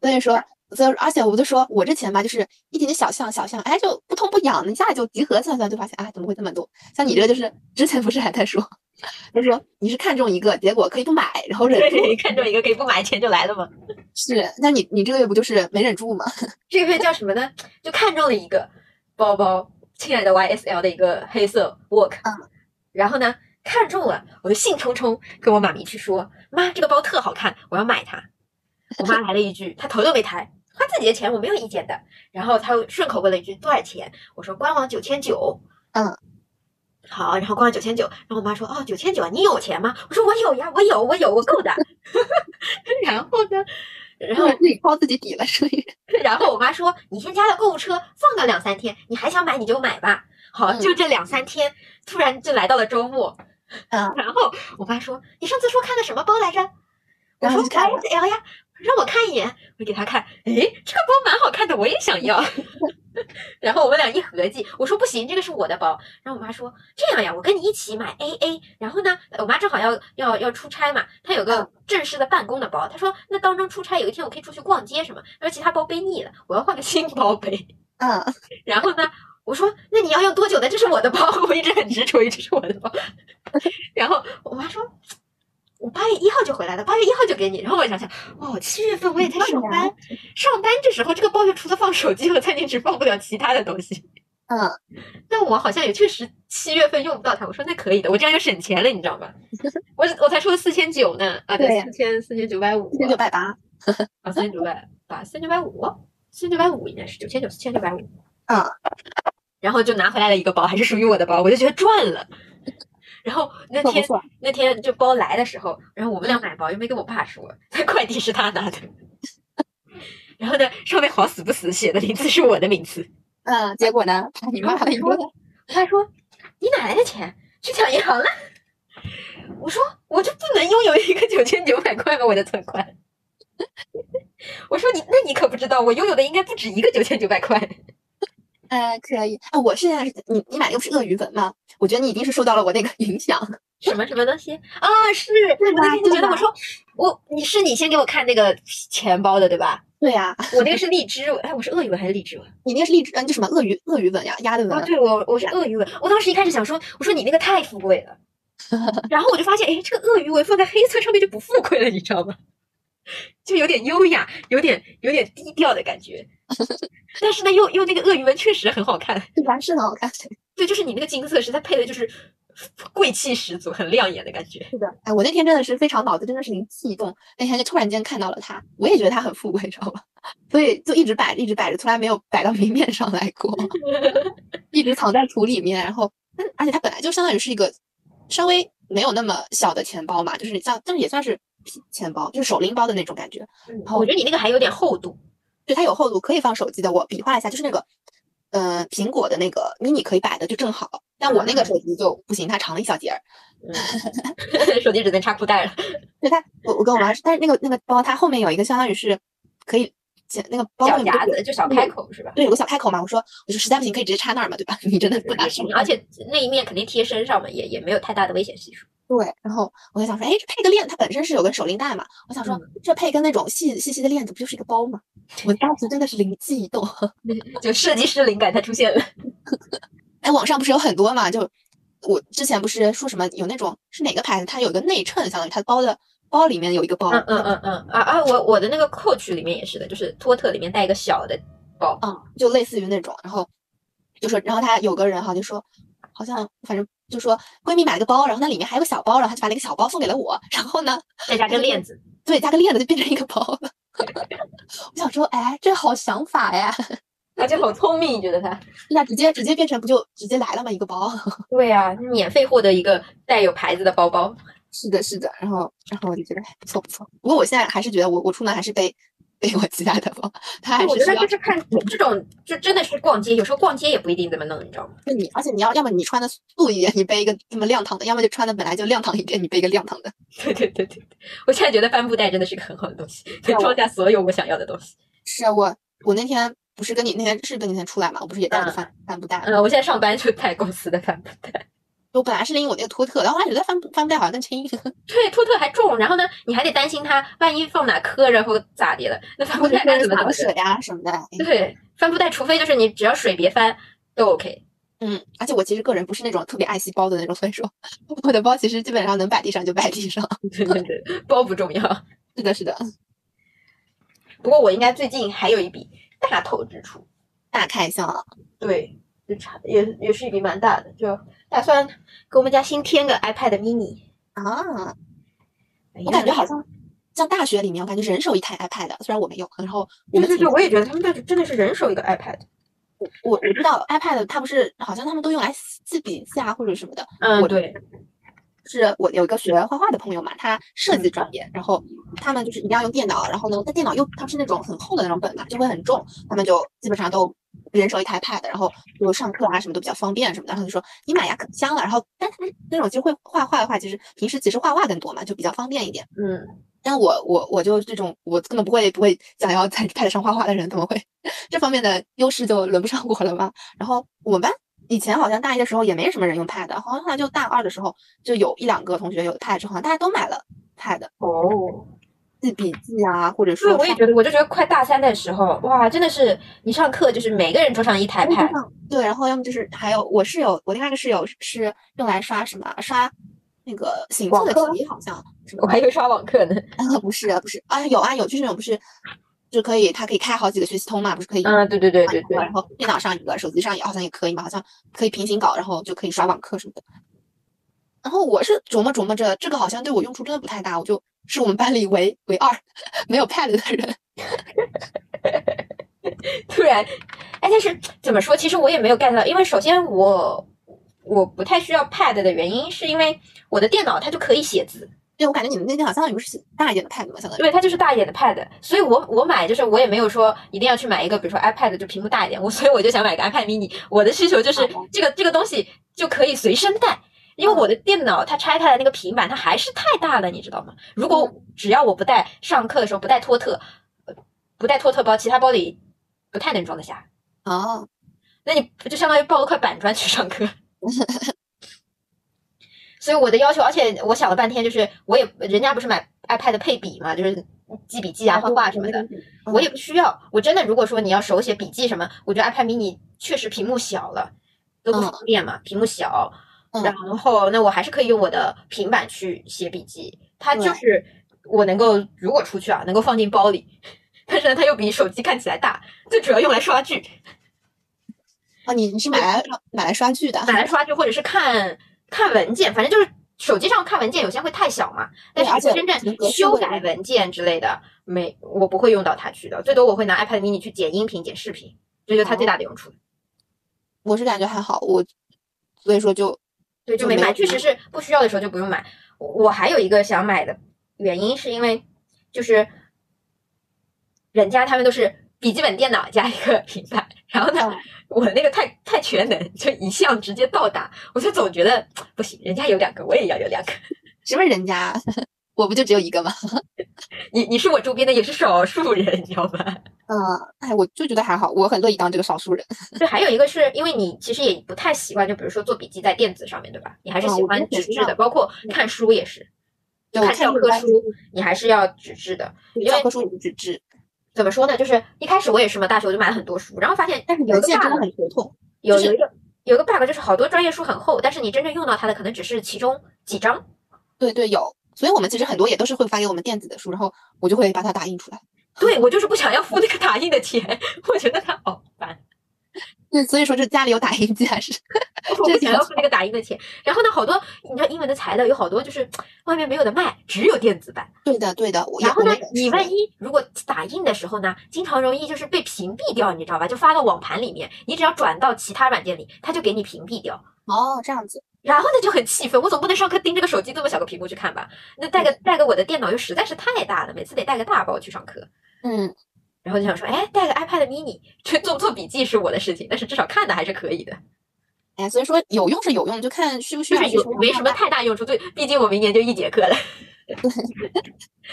Speaker 2: 所以说，所以而且我就说我这钱吧，就是一点点小项小项，哎，就不痛不痒的，一下就集合算算，就发现啊、怎么会这么多？像你这个就是之前不是还在说， 就是说你是看中一个，结果可以不买，然后忍住
Speaker 1: 对， 看中一个可以不买，钱就来了嘛。
Speaker 2: 是，那你你这个月不就是没忍住吗？
Speaker 1: 这个月叫什么呢？就看中了一个包包，亲爱的 YSL 的一个黑色 Work，
Speaker 2: 嗯
Speaker 1: 然后呢看中了，我就兴冲冲跟我妈咪去说，妈，这个包特好看，我要买 它。我妈来了一句，她头都没抬，花自己的钱我没有意见的。然后她又顺口问了一句多少钱，我说官网九千九，
Speaker 2: 嗯。
Speaker 1: 好，然后官网九千九，然后我妈说：“哦，九千九啊，你有钱吗？”我说：“我有呀，我有，我有，我够的。” 然后呢，然后
Speaker 2: 自己掏自己底了，所以
Speaker 1: 然后我妈说：“你先加到购物车，放到两三天，你还想买你就买吧。”好，
Speaker 2: 嗯
Speaker 1: 就这两三天，突然就来到了周末。
Speaker 2: 嗯
Speaker 1: 然后我妈说：“你上次说看的什么包来着？”我
Speaker 2: 然后
Speaker 1: 说
Speaker 2: 就嗯看了
Speaker 1: “YSL 呀，让我看一眼。”我给她看，诶，这个包蛮好看的，我也想要。 然后我们俩一合计，我说不行，这个是我的包。然后我妈说这样呀，我跟你一起买 AA。然后呢，我妈正好要要要出差嘛，她有个正式的办公的包，她说那当中出差有一天我可以出去逛街什么，她说其他包背腻了，我要换个新包背。
Speaker 2: 嗯，
Speaker 1: 然后呢，我说那你要用多久呢？这是我的包， 我一直很执着，这是我的包。 然后我妈说，我八月一号就回来了，八月一号就给你。然后我想想，哦，七月份我也在上班，上班这时候这个包就除了放手机和餐巾纸放不了其他的东西。
Speaker 2: 嗯，
Speaker 1: 那我好像也确实七月份用不到它。我说那可以的，我这样就省钱了，你知道吗？我我才出了四千九呢，啊，
Speaker 2: 对呀
Speaker 1: 四千四千九百五，
Speaker 2: 一千九百八，
Speaker 1: 啊，四千九百八，四千九百五，四千九百五应该是九千九，四千九百五。
Speaker 2: 嗯，
Speaker 1: 然后就拿回来了一个包，还是属于我的包，我就觉得赚了。然后那
Speaker 2: 错不
Speaker 1: 天
Speaker 2: 错？
Speaker 1: 那天就包来的时候，然后我们俩买包又没跟我爸说，那快递是他拿的。 然后呢，上面好死不死写的名字是我的名字。
Speaker 2: 嗯，结果呢，把你骂了 一顿。
Speaker 1: 我爸说：“你哪来的钱？去抢银行了？”我说：“我就不能拥有一个九千九百块吗？我的存款。” 我说你那你可不知道，我拥有的应该不止一个九千九百块。
Speaker 2: 哎，可以。啊，我现在是你，你买的又不是鳄鱼纹吗？我觉得你一定是受到了我那个影响。
Speaker 1: 什么什么东西 啊？是，我那天就觉得我说我你是你先给我看那个钱包的对吧？
Speaker 2: 对呀、
Speaker 1: 我那个是荔枝，哎，我是鳄鱼纹还是荔枝纹？
Speaker 2: 你那个是荔枝，嗯，就什么鳄鱼鳄鱼纹呀，鸭的纹。
Speaker 1: 啊，对，我我是鳄鱼纹。我当时一开始想说，我说你那个太富贵 了，然后我就发现，哎，这个鳄鱼纹放在黑色上面就不 富贵了，你知道吗？就有点优雅，有点有点低调的感觉。但是呢，又又那个鳄鱼纹确实很好看，
Speaker 2: 对吧？是很好看。
Speaker 1: 对，就是你那个金色实在配的就是贵气十足，很亮眼的感觉。
Speaker 2: 是的，哎，我那天真的是非常脑子真的是灵机一动，那天就突然间看到了它，我也觉得它很富贵，知道吧？ 所以就一直摆着，一直摆着，从来没有摆到明面上来 过，一直藏在土里面。然后，但而且它本来就相当于是一个稍微没有那么小的钱包嘛，就是像，但是也算是钱包，就是手拎包的那种感觉。
Speaker 1: 嗯我觉得你那个还有点厚度，
Speaker 2: 对，它有厚度，可以放手机的。我比划了一下，就是那个，呃，苹果的那个 mini 可以摆的就正好，但我那个手机就不行，它长了一小截儿。
Speaker 1: 嗯手机只能插裤带了。
Speaker 2: 对它，我我跟我妈说，但是那个那个包它后面有一个相当于是可以剪那个包
Speaker 1: 小
Speaker 2: 里面
Speaker 1: 夹
Speaker 2: 就有
Speaker 1: 子就小开口是吧？
Speaker 2: 对有个小开口嘛，我说我说实在不行可以直接插那儿嘛，对吧？你真的不拿手，
Speaker 1: 而且那一面肯定贴身上嘛，也也没有太大的危险系数。
Speaker 2: 对，然后我就想说，哎，这配个链，它本身是有个手链带嘛，我想说
Speaker 1: 嗯
Speaker 2: 这配根那种细细细的链子，不就是一个包吗？我当时真的是灵机一动，嗯
Speaker 1: 就设计师灵感它出现了，
Speaker 2: 哎，网上不是有很多嘛？就我之前不是说什么有那种是哪个牌子，它有一个内衬，相当于它包的包里面有一个包，
Speaker 1: 嗯嗯嗯嗯啊啊！我我的那个 Coach 里面也是的，就是托特里面带一个小 的包，
Speaker 2: 嗯，就类似于那种，然后就说，然后他有个人哈就说，好像反正就说闺蜜买了个包，然后那里面还有个小包，然后他就把那个小包送给了我，然后呢，
Speaker 1: 再加根链子，
Speaker 2: 对，加个链子就变成一个包了。 我想说，哎，这好想法呀！
Speaker 1: 而且好聪明，你觉得它？
Speaker 2: 那直接直接变成不就直接来了吗？一个包。
Speaker 1: 对呀、免费获得一个带有牌子的包包，
Speaker 2: 是的，是的，然后，然后我就觉得哎不错不错。不过我现在还是觉得我我出门还是背背我其他的包，他还
Speaker 1: 我觉
Speaker 2: 是需
Speaker 1: 得啊
Speaker 2: 要
Speaker 1: 就是看 这种，就真的是逛街，有时候逛街也不一定这么弄，你知道吗？
Speaker 2: 对你，而且你要要么你穿的素一点，你背一个这么亮堂的；要么就穿的本来就亮堂一点，你背一个亮堂的。
Speaker 1: 对对对对，对我现在觉得帆布袋真的是个很好的东西，可以
Speaker 2: 那我
Speaker 1: 装下所有我想要的东西。
Speaker 2: 是啊，我我那天不是跟你那天是跟你那天出来嘛，我不是也带了个帆帆布袋。
Speaker 1: 嗯，我现在上班就带公司的帆布袋。
Speaker 2: 我本来是拎我那个托特，然后后来觉得帆布帆布袋好像更 轻。
Speaker 1: 对，托特还重，然后呢，你还得担心它万一放哪磕着或咋的了，那帆布
Speaker 2: 或者
Speaker 1: 袋该
Speaker 2: 是
Speaker 1: 怎么怎
Speaker 2: 洒
Speaker 1: 么
Speaker 2: 个
Speaker 1: 着
Speaker 2: 水呀、什么的。哎
Speaker 1: 对，帆布袋除非就是你只要水别翻都 OK。
Speaker 2: 嗯，而且我其实个人不是那种特别爱惜包的那种，所以说 我的包其实基本上能摆地上就摆地上。
Speaker 1: 对对对，包不重要。
Speaker 2: 是的，是的，
Speaker 1: 不过我应该最近还有一笔大头支出，
Speaker 2: 大开销啊。
Speaker 1: 对，就差也也是一笔蛮大的，就打算给我们家新添个 iPad mini。
Speaker 2: 啊
Speaker 1: 哎
Speaker 2: 我
Speaker 1: 呀
Speaker 2: 感觉好像像大学里面，我感觉人手一台 iPad，虽然我没有，然后
Speaker 1: 对
Speaker 2: 我们
Speaker 1: 对对，
Speaker 2: 寝
Speaker 1: 我也觉得他们那真的是人手一个 iPad。
Speaker 2: 我我知道 iPad 它不是好像他们都用来记笔记啊或者什么的。
Speaker 1: 嗯
Speaker 2: 我
Speaker 1: 对，
Speaker 2: 是我有一个学画画的朋友嘛，他设
Speaker 1: 嗯
Speaker 2: 计专业，然后他们就是一定要用电脑，然后呢，但电脑又它是那种很厚的那种本嘛，就会很重，他们就基本上都人手一台 iPad，然后就上课啊什么都比较方便什么的，然后就说你买呀可香了，然后但是那种就会画画的话，其实平时其实画画更多嘛，就比较方便一点。
Speaker 1: 嗯，
Speaker 2: 但我我我就这种我根本不会不会想要在 iPad 上画画的人，怎么会 这方面的优势就轮不上我了吗？然后我们班以前好像大一的时候也没什么人用 Pad，好像后来就大二的时候就有一两个同学有 Pad 之后，好像大家都买了 Pad
Speaker 1: 哦，
Speaker 2: 记笔记啊，或者
Speaker 1: 对，
Speaker 2: 说
Speaker 1: 我也
Speaker 2: 上
Speaker 1: 觉得，我就觉得快大三的时候，哇，真的是你上课就是每个人桌上一台
Speaker 2: 工作
Speaker 1: pad，
Speaker 2: 上对，然后要么就是还有我室友，我另外一个室友是是用来刷什么刷那个形
Speaker 1: 网
Speaker 2: 测的
Speaker 1: 课
Speaker 2: 题，好像什么
Speaker 1: 我还以为刷网课呢。
Speaker 2: 啊 不是不是啊有啊有，就是那种不是就可以它可以开好几个学习通嘛，不是可以
Speaker 1: 嗯，对对对
Speaker 2: 换
Speaker 1: 对
Speaker 2: 一个
Speaker 1: 对，
Speaker 2: 然后电脑上一个，手机上也好像也可以嘛，好像可以平行搞，然后就可以刷网课什么的。然后我是琢磨琢磨着，这个好像对我用处真的不太大，我就是我们班里唯唯二没有 Pad 的人。
Speaker 1: 突然，哎，但是怎么说？其实我也没有 get 到，因为首先我我不太需要 pad 的原因，是因为我的电脑它就可以写字，
Speaker 2: 对，我感觉你们那边好像有个是大一点的 Pad 嘛，相当于。
Speaker 1: 对，它就是大一点的 pad，所以我我买就是我也没有说一定要去买一个，比如说 iPad 就屏幕大一点，我 所以我就想买个 iPad mini。我的需求就是
Speaker 2: 好
Speaker 1: 这个这个东西就可以随身带，因为我的电脑它拆开来那个平板它还是太大了，你知道吗？如果只要我不带上课的时候不带托特，呃不带托特包，其他包里不太能装得下，
Speaker 2: 哦，
Speaker 1: 那你不就相当于抱了块板砖去上课？ 所以我的要求，而且我想了半天，就是我也人家不是买 iPad 配笔嘛，就是记笔记啊、画画什么的，。我也不需要。我真的如果说你要手写笔记什么，我觉得 iPad mini 确实屏幕小了，都不
Speaker 2: 嗯
Speaker 1: 方便嘛，屏幕小。
Speaker 2: 嗯
Speaker 1: 然后那我还是可以用我的平板去写笔记，它就
Speaker 2: 对
Speaker 1: 是我能够如果出去啊，能够放进包里， 但是呢，它又比手机看起来大，就主要用来刷剧，
Speaker 2: 哦，你你是买来买来刷剧的？
Speaker 1: 买来刷剧或者是看看文件，反正就是手机上看文件有些会太小嘛，但
Speaker 2: 对而
Speaker 1: 是
Speaker 2: 且
Speaker 1: 真
Speaker 2: 能
Speaker 1: 正
Speaker 2: 格式
Speaker 1: 修
Speaker 2: 化
Speaker 1: 改文件之类的，没我不会用到它去的，最多我会拿 iPad mini 去剪音频、剪视频，这就是它最大的用处。
Speaker 2: 我是感觉还好，我所以说就
Speaker 1: 对，就
Speaker 2: 就
Speaker 1: 没
Speaker 2: 没
Speaker 1: 买，
Speaker 2: 有
Speaker 1: 确实是不需要的时候就不用买。我我还有一个想买的原因是因为就是人家他们都是笔记本电脑加一个平板，然后呢，
Speaker 2: 嗯
Speaker 1: 我那个太太全能，就一项直接到达，我就总觉得不行，人家有两个，我也要有两个。
Speaker 2: 什么人家我不就只有一个吗？
Speaker 1: 你你是我周边的也是少数人，你知道 吗？
Speaker 2: 嗯，哎，我就觉得还好，我很乐意当这个少数人。
Speaker 1: 对，还有一个是因为你其实也不太习惯，就比如说做笔记在电子上面，对吧？你还是
Speaker 2: 啊
Speaker 1: 喜
Speaker 2: 我
Speaker 1: 欢
Speaker 2: 觉得
Speaker 1: 纸
Speaker 2: 也
Speaker 1: 质
Speaker 2: 是
Speaker 1: 的，
Speaker 2: 啊
Speaker 1: 包括看书也是，
Speaker 2: 对我
Speaker 1: 嗯哦看
Speaker 2: 看
Speaker 1: 教
Speaker 2: 这
Speaker 1: 科
Speaker 2: 个
Speaker 1: 书你还是要纸质的。因
Speaker 2: 教
Speaker 1: 为
Speaker 2: 科书也是纸质，
Speaker 1: 怎么说呢？就是一开始我也是嘛，大学我就买了很多书，然后发现
Speaker 2: 但是
Speaker 1: 有
Speaker 2: 邮
Speaker 1: 一个
Speaker 2: 件真
Speaker 1: bug，
Speaker 2: 的很头痛。
Speaker 1: 有
Speaker 2: 就是
Speaker 1: 有一个有一个 bug，就是好多专业书很厚，但是你真正用到它的可能只是其中几章。
Speaker 2: 对对，有。所以我们其实很多也都是会发给我们电子的书，然后我就会把它打印出来。
Speaker 1: 对我就是不想要付那个打印的钱， 我觉得它好烦，
Speaker 2: 对，所以说这家里有打印机还 是
Speaker 1: 我不
Speaker 2: 这
Speaker 1: 想
Speaker 2: 个
Speaker 1: 要付那个打印的钱。然后呢，好多你知道英文的材料有好多就是外面没有的卖，只有电子版。
Speaker 2: 对的对的。我也
Speaker 1: 然后
Speaker 2: 我
Speaker 1: 呢
Speaker 2: 们也，
Speaker 1: 你
Speaker 2: 是
Speaker 1: 万一如果打印的时候呢，经常容易就是被屏蔽掉，你知道吧？就发到网盘里面，你只要转到其他软件里，它就给你屏蔽掉。
Speaker 2: 哦这样子，
Speaker 1: 然后呢就很气愤，我总不能上课盯着个手机这么小个屏幕去看吧？那带个带个我的电脑又实在是太大了，每次得带个大包去上课。
Speaker 2: 嗯，
Speaker 1: 然后就想说，哎，带个 iPad mini 去做做笔记是我的事情，但是至少看的还是可以的，
Speaker 2: 哎，所以说有用是有用，就看需不需
Speaker 1: 就是
Speaker 2: 要。
Speaker 1: 啊
Speaker 2: 需
Speaker 1: 有
Speaker 2: 不需要
Speaker 1: 没什么
Speaker 2: 看
Speaker 1: 太大用处。对，毕竟我明年就一节课了。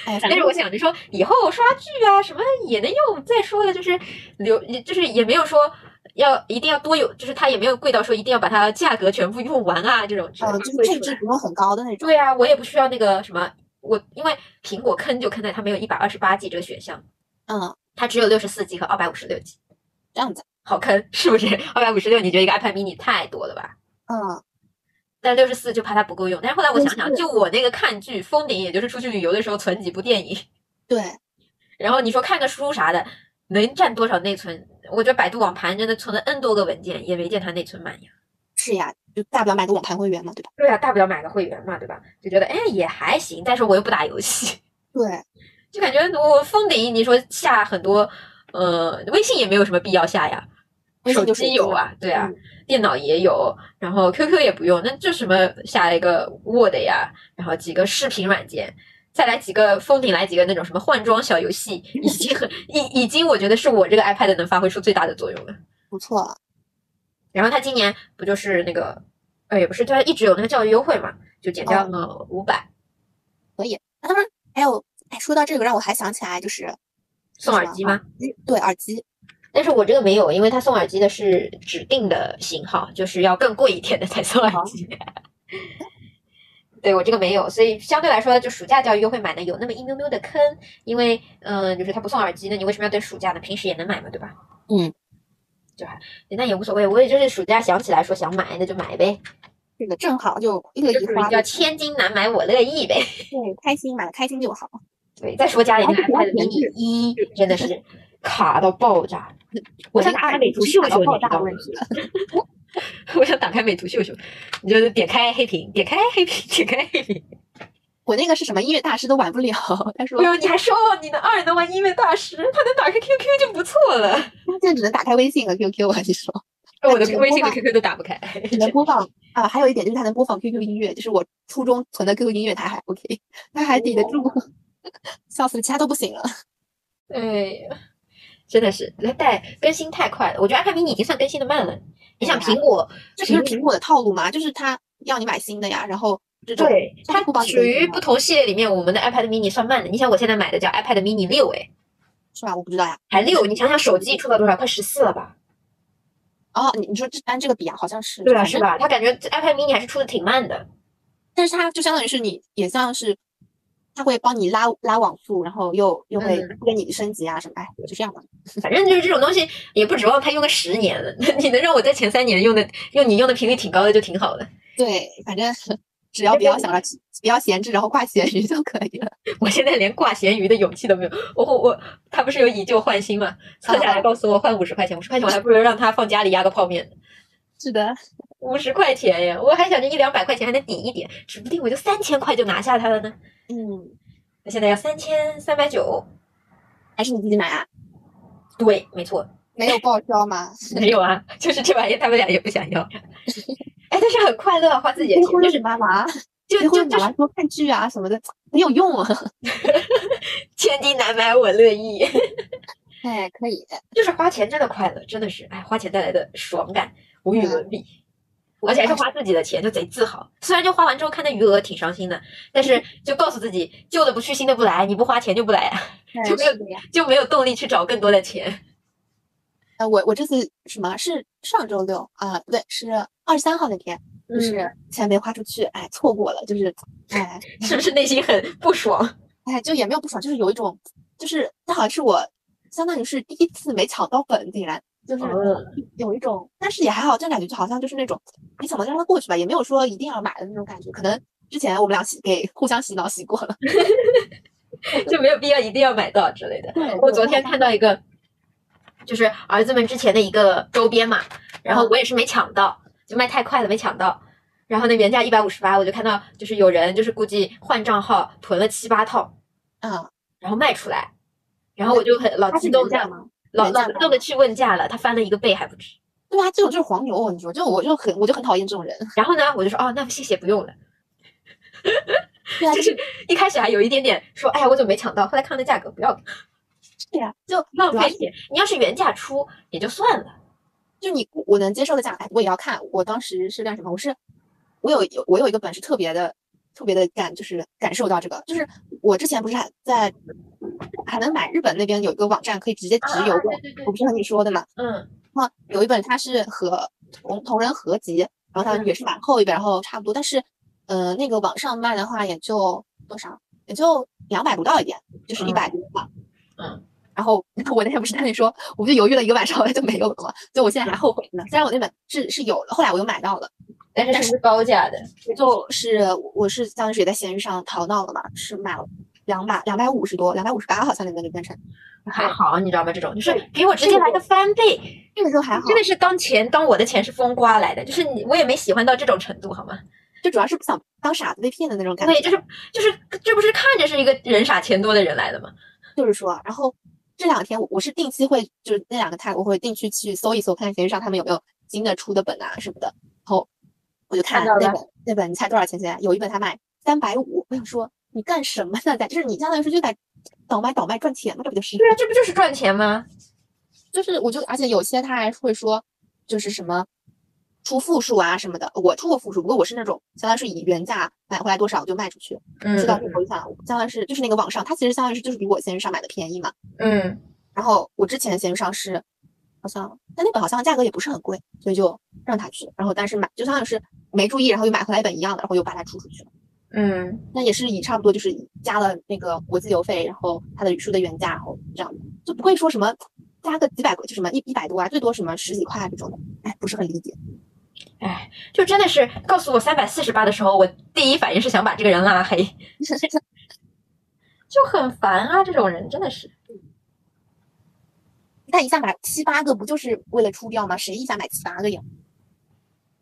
Speaker 2: 哎，反
Speaker 1: 但是
Speaker 2: 正
Speaker 1: 我想着说，以后刷剧啊什么也能用。再说了，就是留，就是也没有说要一定要多有，就是它也没有贵到说一定要把它价格全部用完啊这种。
Speaker 2: 呃，
Speaker 1: 这
Speaker 2: 就
Speaker 1: 种
Speaker 2: 是
Speaker 1: 会
Speaker 2: 配
Speaker 1: 出
Speaker 2: 置
Speaker 1: 来
Speaker 2: 不用很高的那种。
Speaker 1: 对啊，我也不需要那个什么，我因为苹果坑就坑在它没有一百二十八 G 这个选项，
Speaker 2: 嗯，
Speaker 1: 它只有六十四 G 和二百五十六 G，
Speaker 2: 这样子。
Speaker 1: 好坑是不是？二百五十六你觉得一个 iPad mini 太多了吧？
Speaker 2: 嗯，
Speaker 1: 但六十四就怕它不够用。但是后来我
Speaker 2: 对
Speaker 1: 想想，
Speaker 2: 是
Speaker 1: 就我那个看剧封顶，也就是出去旅游的时候存几部电影，
Speaker 2: 对，
Speaker 1: 然后你说看个书啥的，能占多少内存？我觉得百度网盘真的存了 N 多个文件，也没见它内存满呀。
Speaker 2: 是呀，就大不了买个网盘会员嘛，对吧？
Speaker 1: 对啊，大不了买个会员嘛，对吧？就觉得哎也还行，但是我又不打游戏。
Speaker 2: 对，
Speaker 1: 就感觉我封顶，你说下很多，呃，微信也没有什么必要下呀，
Speaker 2: 微信
Speaker 1: 手
Speaker 2: 就手
Speaker 1: 机
Speaker 2: 机
Speaker 1: 有啊，对啊，
Speaker 2: 嗯
Speaker 1: 电脑也有，然后 QQ 也不用，那就什么下一个 Word 呀，然后几个视频软件，再来几个封顶，来几个那种什么换装小游戏，已经很 已已经我觉得是我这个 iPad 能发挥出最大的作用了。
Speaker 2: 不错了。
Speaker 1: 然后他今年不就是那个，呃，也不是，他一直有那个教育优惠嘛，就减
Speaker 2: 哦
Speaker 1: 掉了五百、
Speaker 2: 他们还有，哎，说到这个，让我还想起来就是
Speaker 1: 送耳机吗？？
Speaker 2: 嗯对，耳机。
Speaker 1: 但是我这个没有，因为他送耳机的是指定的型号，就是要更贵一点的才送耳机。 对我这个没有，所以相对来说，就暑假教育优惠买呢有那么一喵喵的坑，因为嗯、呃就是他不送耳机，那你为什么要等暑假呢？平时也能买嘛，对吧？
Speaker 2: 嗯，
Speaker 1: 对吧？那也无所谓，我也就是暑假想起来说想买，那就买呗，
Speaker 2: 这个正好就乐
Speaker 1: 就
Speaker 2: 意
Speaker 1: 是
Speaker 2: 花，
Speaker 1: 叫千金难买我乐意呗。
Speaker 2: 对，开心买的开心就好。
Speaker 1: 对，再说家里那个
Speaker 2: 而且而
Speaker 1: iPad
Speaker 2: 且
Speaker 1: mini
Speaker 2: 是
Speaker 1: 一真的是卡到爆炸，我想打开美图秀秀，你
Speaker 2: 爆
Speaker 1: 知
Speaker 2: 炸
Speaker 1: 道吗
Speaker 2: 问？题了。
Speaker 1: 我想打开美图秀秀，你就点开黑屏，点开黑屏，点开黑屏。
Speaker 2: 我那个是什么音乐大师都玩不了， 他说
Speaker 1: 哎呦，你还奢望你的二能玩音乐大师，他能打开 QQ 就不错了。
Speaker 2: 他现在只能打开微信和 QQ，我跟你说，
Speaker 1: 哎我的
Speaker 2: 只能
Speaker 1: 微信
Speaker 2: 播
Speaker 1: 和
Speaker 2: 放
Speaker 1: QQ 都打不开。
Speaker 2: 只能播放啊。还有一点就是他能播放 QQ 音乐，就是我初中存的 QQ 音乐，他还 OK，他 还抵得住。
Speaker 1: 哦
Speaker 2: 笑死，其他都不行了。
Speaker 1: 对，真的是它带更新太快了。我觉得 iPad mini 已经算更新的慢了。你想
Speaker 2: 对啊
Speaker 1: 苹果，
Speaker 2: 这不就是苹果的套路嘛，就是他要你买新的呀，然后这种
Speaker 1: 对它
Speaker 2: 它不帮你
Speaker 1: 属
Speaker 2: 更新
Speaker 1: 于
Speaker 2: 吗
Speaker 1: 不同系列里面，我们的 iPad mini 算慢的。你想，我现在买的叫 iPad mini 六，哎，
Speaker 2: 是吧？我不知道呀。
Speaker 1: 还六，你想想手机出到多少，快十四了吧？
Speaker 2: 哦，你你说这按这个比啊，好像是
Speaker 1: 对啊，
Speaker 2: 反
Speaker 1: 是
Speaker 2: 正
Speaker 1: 吧？它感觉 iPad mini 还是出的挺慢的。
Speaker 2: 但是它就相当于是你也像是，它会帮你拉拉网速，然后又又会
Speaker 1: 嗯
Speaker 2: 跟你升级啊什么，哎，就这样吧。
Speaker 1: 反正就是这种东西，也不指望它用个十 年了。你能让我在前三年用的，用你用的频率挺高的就挺好的。
Speaker 2: 对，反正只要不要想着不要闲置，然后挂闲鱼就可以了。
Speaker 1: 我现在连挂闲鱼的勇气都没有。我我我，他不是有以旧换新嘛？测下来告诉我换五十块钱，五十块钱我还不如让他放家里压个泡面呢。
Speaker 2: 是的，
Speaker 1: 五十块钱呀，我还想着一两百块钱还能抵一点，指不定我就三千块就拿下它了呢。
Speaker 2: 嗯，
Speaker 1: 那现在要三千三百九，
Speaker 2: 还是你自己买啊？
Speaker 1: 对，没错，
Speaker 2: 没有报销 吗？
Speaker 1: 没有啊， 就是这玩意他们俩也不想要。 哎，但是很快乐，花自己的
Speaker 2: 结
Speaker 1: 钱
Speaker 2: 婚
Speaker 1: 就
Speaker 2: 就是
Speaker 1: 是
Speaker 2: 妈妈，
Speaker 1: 就
Speaker 2: 结
Speaker 1: 就
Speaker 2: 婚
Speaker 1: 就
Speaker 2: 妈
Speaker 1: 是
Speaker 2: 妈说看剧啊什么的很有用啊。
Speaker 1: 千金难买我乐意。
Speaker 2: 哎，可以，
Speaker 1: 就是花钱真的快乐，真的是，哎，花钱带来的爽感无与伦比，
Speaker 2: 嗯
Speaker 1: 而且还是花自己的钱，就贼自豪。虽然就花完之后看那余额挺伤心的，但是就告诉自己，旧的不去，新的不来，你不花钱就不来啊，
Speaker 2: 哎
Speaker 1: 就没有
Speaker 2: 是的呀。
Speaker 1: 就没有动力去找更多的钱。
Speaker 2: 呃，我我这次什么是上周六啊、不对，是二十三号那天，就是钱没花出去，哎，错过了， 就是，哎
Speaker 1: 是不是内心很不爽？
Speaker 2: 哎，就也没有不爽，就是有一种，就是那好像是我相当于是第一次没抢到本，竟然就是
Speaker 1: 嗯
Speaker 2: 有一种，但是也还好，这种感觉就好像就是那种没想到就让它过去吧，也没有说一定要买的那种感觉，可能之前我们俩洗给互相洗脑洗过了。
Speaker 1: 就没有必要一定要买到之类的。
Speaker 2: 对
Speaker 1: 我昨天看到一个，就是儿子们之前的一个周边嘛，然后我也是没抢到，就卖太快了没抢到。然后呢，原价一百五十八，我就看到就是有人就是估计换账号囤了七八套，
Speaker 2: 啊，
Speaker 1: 然后卖出来，然后我就很老
Speaker 2: 它
Speaker 1: 激
Speaker 2: 是
Speaker 1: 动
Speaker 2: 原价
Speaker 1: 的，
Speaker 2: 吗？
Speaker 1: 老
Speaker 2: 原价
Speaker 1: 老激
Speaker 2: 吗
Speaker 1: 动的去问价了，他翻了一个倍还不止。
Speaker 2: 对啊，这种就是黄牛，你说，就我就很我就很讨厌这种人。
Speaker 1: 然后呢，我就说哦，那谢谢不用了。
Speaker 2: 对 啊，
Speaker 1: 就
Speaker 2: 就是是
Speaker 1: 一开始还有一点点说，哎呀，我怎么没抢到？后来看那价格，不要
Speaker 2: 这样，就
Speaker 1: 浪
Speaker 2: 主要
Speaker 1: 费
Speaker 2: 是
Speaker 1: 钱。你要是原价出也就算了。
Speaker 2: 就你我能接受的价格，我也要看。我当时是干什么？我是我有有我有一个本是特别的特别的感，就是感受到这个，就是我之前不是还在海南买日本那边有一个网站可以直接直邮的，
Speaker 1: 啊对对
Speaker 2: 我不是和你说的嘛？
Speaker 1: 嗯
Speaker 2: 然后有一本它是和同同人合集，然后它
Speaker 1: 嗯
Speaker 2: 也是蛮厚一本，然后差不多，但是呃那个网上卖的话也就多少，也就两百不到一点，就是一百多吧。
Speaker 1: 嗯
Speaker 2: 然后我那天不是跟你说，我就犹豫了一个晚上，后来就没有了嘛。所以我现
Speaker 1: 嗯
Speaker 2: 在还后悔呢。虽然我那本是是有了，后来我又买到了，
Speaker 1: 但是是高价的，
Speaker 2: 就是我是相当于是也在闲鱼上淘到了嘛，是买了两百两百五十多，两百五十八好像那个就变成。
Speaker 1: 还好，你知道吗？这种就是
Speaker 2: 对
Speaker 1: 给我直接来个翻倍，
Speaker 2: 这个就还好
Speaker 1: 真，的是当钱当我的钱是风刮来的，就是你我也没喜欢到这种程度，好吗？
Speaker 2: 就主要是不想当傻子被骗的那种感觉。
Speaker 1: 对，就是就是这不是看着是一个人傻钱多的人来的吗？
Speaker 2: 就是说，然后这两天我我是定期会，就是那两个 tag 我会定期去搜一搜，看闲鱼上他们有没有新的出的本啊什么的。然后我就看
Speaker 1: 看到
Speaker 2: 那
Speaker 1: 了
Speaker 2: 本那本，你猜多少钱？现在有一本他卖三百五，我想说你干什么呢？在就是你相当于是就在倒卖倒卖赚钱嘛，这不就是？
Speaker 1: 对啊，这不就是赚钱吗？
Speaker 2: 就是我就而且有些他还会说就是什么。出负数啊什么的，我出过负数，不过我是那种相当于是以原价买回来多少就卖出去，
Speaker 1: 嗯
Speaker 2: 知道这个我就想，相当于是就是那个网上，它其实相当于是就是比我闲鱼上买的便宜嘛，
Speaker 1: 嗯，
Speaker 2: 然后我之前闲鱼上是好像，但那本好像价格也不是很贵，所以就让他去。然后但是买就相当于是没注意，然后又买回来一本一样的，然后又把它出出去了。
Speaker 1: 嗯，
Speaker 2: 那也是以差不多就是加了那个国际邮费，然后它的书的原价，然后这样就不会说什么加个几百块，就什么一一百多啊，最多什么十几块啊这种的，哎，不是很理解。
Speaker 1: 哎，就真的是告诉我三百四十八的时候，我第一反应是想把这个人拉黑，就很烦啊！这种人真的是，
Speaker 2: 那一下买七八个，不就是为了出掉吗？谁一下买七八个呀？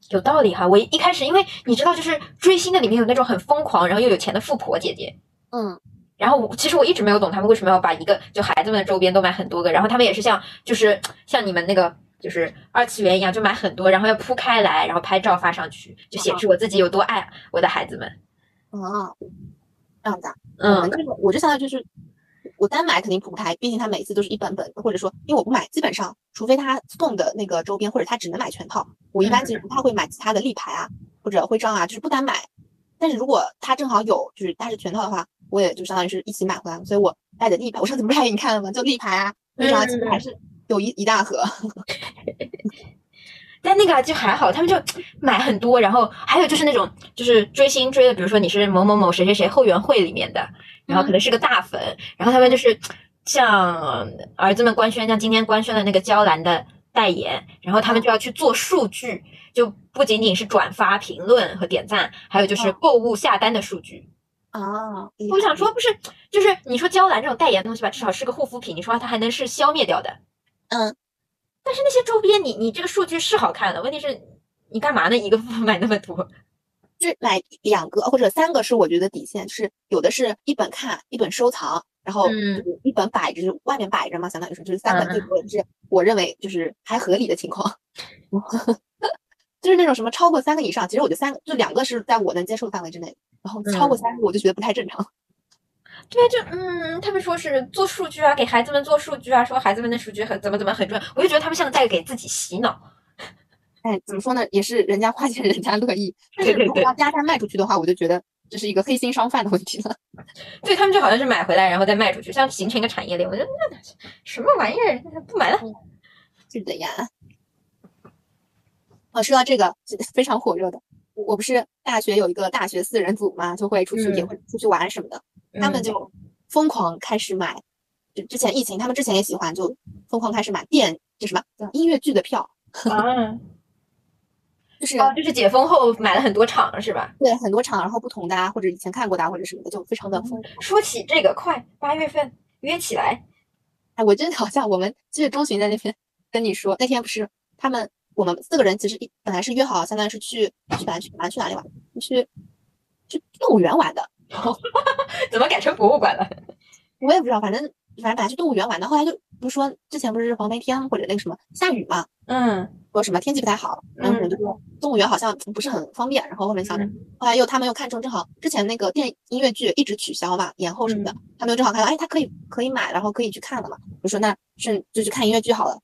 Speaker 1: 有道理哈。我一开始因为你知道，就是追星的里面有那种很疯狂，然后又有钱的富婆姐姐，
Speaker 2: 嗯，
Speaker 1: 然后我其实我一直没有懂他们为什么要把一个就孩子们的周边都买很多个，然后他们也是像就是像你们那个就是二次元一样，就买很多，然后要铺开来，然后拍照发上去，就显示我自己有多爱我的孩子们。
Speaker 2: 啊，这样子啊。我们
Speaker 1: 嗯
Speaker 2: 这个我这相当于就是我单买肯定铺不开，毕竟它每次都是一本本，或者说因为我不买，基本上除非他送的那个周边或者他只能买全套，我一般其实不太会买其他的立牌啊或者徽章啊，就是不单买。但是如果他正好有，就是他是全套的话，我也就相当于是一起买回来，所以我带的立牌，我上次不是还给你看了吗？就立牌啊、徽章啊，其实还是有一一大盒。
Speaker 1: 但那个就还好，他们就买很多，然后还有就是那种就是追星追的，比如说你是某某某谁谁谁后援会里面的，然后可能是个大粉，然后他们就是像儿子们官宣，像今天官宣的那个娇兰的代言，然后他们就要去做数据，就不仅仅是转发、评论和点赞，还有就是购物下单的数据。
Speaker 2: 啊，
Speaker 1: 我想说，不是，就是你说娇兰这种代言的东西吧，至少是个护肤品，你说它还能是消灭掉的。
Speaker 2: 嗯，
Speaker 1: 但是那些周边你，你这个数据是好看的，问题是，你干嘛呢？一个 买那么多？
Speaker 2: 就是买两个或者三个是我觉得底线，就是有的是一本看，一本收藏，然后
Speaker 1: 嗯
Speaker 2: 就是一本摆着，就是外面摆着嘛，相当于是就是三
Speaker 1: 嗯
Speaker 2: 本
Speaker 1: 嗯
Speaker 2: 地图，是我认为就是还合理的情况。 就是那种什么超过三个以上，其实我觉得三个就两个是在我能接受范围之内的，然后超
Speaker 1: 嗯
Speaker 2: 过三个我就觉得不太正常。
Speaker 1: 对啊，就嗯，他们说是做数据啊，给孩子们做数据啊，说孩子们的数据很怎么怎么很重要，我就觉得他们像在给自己洗脑。
Speaker 2: 哎，怎么说呢，也是人家花钱人家 乐意，但
Speaker 1: 对
Speaker 2: 是
Speaker 1: 对
Speaker 2: 如果
Speaker 1: 对
Speaker 2: 要加价卖出去的话，我就觉得这是一个黑心商贩的问题了。
Speaker 1: 对他们就好像是买回来然后再卖出去，像形成一个产业链。我觉得那哪什么玩意儿，不买了。
Speaker 2: 是的呀。哦，说到这个是非常火热的，我我不是大学有一个大学四人组嘛，就会出去、也
Speaker 1: 嗯
Speaker 2: 会出去玩什么的，他们
Speaker 1: 嗯
Speaker 2: 就疯狂开始买，就之前疫情，他们之前也喜欢，就疯狂开始买电，就什么叫音乐剧的票，
Speaker 1: 啊，
Speaker 2: 就是
Speaker 1: 哦，就是解封后买了很多场是吧？
Speaker 2: 对很多场，然后不同的啊，或者以前看过的啊，或者什么的，就非常的疯狂。
Speaker 1: 说起这个，快八月份约起来。
Speaker 2: 哎，我真的好像我们七月中旬在那边跟你说，那天不是他们我们四个人其实一本来是约好，相当于是去去本来去本来去哪里玩，去去动物园玩的。
Speaker 1: 怎么改成博物馆了？
Speaker 2: 我也不知道，反正反正本来去动物园玩的，后来就不是说之前不是黄梅天或者那个什么下雨嘛，
Speaker 1: 嗯
Speaker 2: 说什么天气不太好，然后我们就说动物园好像不是很方便，然后后面想着，后来又他们又看中，正好之前那个电音乐剧一直取消嘛，延后什么的，他们又正好看到，哎，他可以可以买，然后可以去看了嘛，我说那顺就去看音乐剧好了，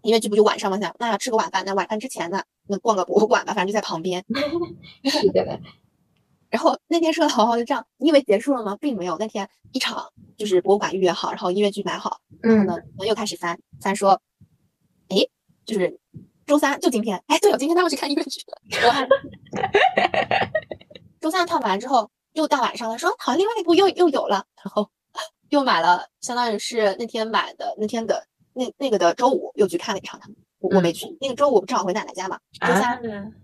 Speaker 2: 音乐剧不就晚上嘛，想那要吃个晚饭，那晚饭之前呢，那逛个博物馆吧，反正就在旁边，
Speaker 1: 嗯是的，
Speaker 2: 然后那天说的好好的这样，你以为结束了吗？并没有，那天一场就是博物馆预约好，然后音乐剧买好，
Speaker 1: 嗯
Speaker 2: 然后
Speaker 1: 啊
Speaker 2: 呢，我又开始翻翻说，哎，就是周三就今天，哎，对，我今天他们去看音乐剧了。我还周三看完之后，又到晚上了，说好，另外一部又又有了，然后 又买了，相当于是那天买的那天的那那个的周五又去看了一场他们。我我没去，那个周五正好回奶奶家嘛。周三、
Speaker 1: 啊，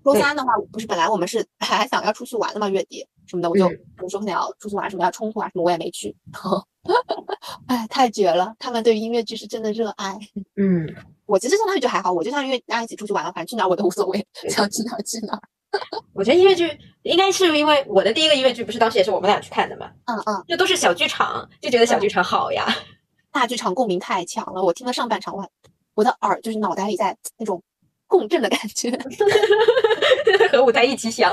Speaker 2: 周
Speaker 1: 对
Speaker 2: 三的话，不是本来我们是还想要出去玩的嘛，月底什么的，我就
Speaker 1: 嗯
Speaker 2: 我说可能要出去玩什么要冲突啊什么，我也没去。 哎，太绝了！他们对于音乐剧是真的热爱。
Speaker 1: 嗯，
Speaker 2: 我其实相当于就还好，我就相当于大家一起出去玩了，反正去哪儿我都无所 谓，想去哪儿去哪儿。
Speaker 1: 我觉得音乐剧应该是因为我的第一个音乐剧不是当时也是我们俩去看的嘛，
Speaker 2: 嗯嗯，
Speaker 1: 这都是小剧场，就觉得小剧场好呀。
Speaker 2: 大剧场共鸣太强了，我听了上半场，我我的耳就是脑袋里在那种共振的感觉，
Speaker 1: 和舞台一起响，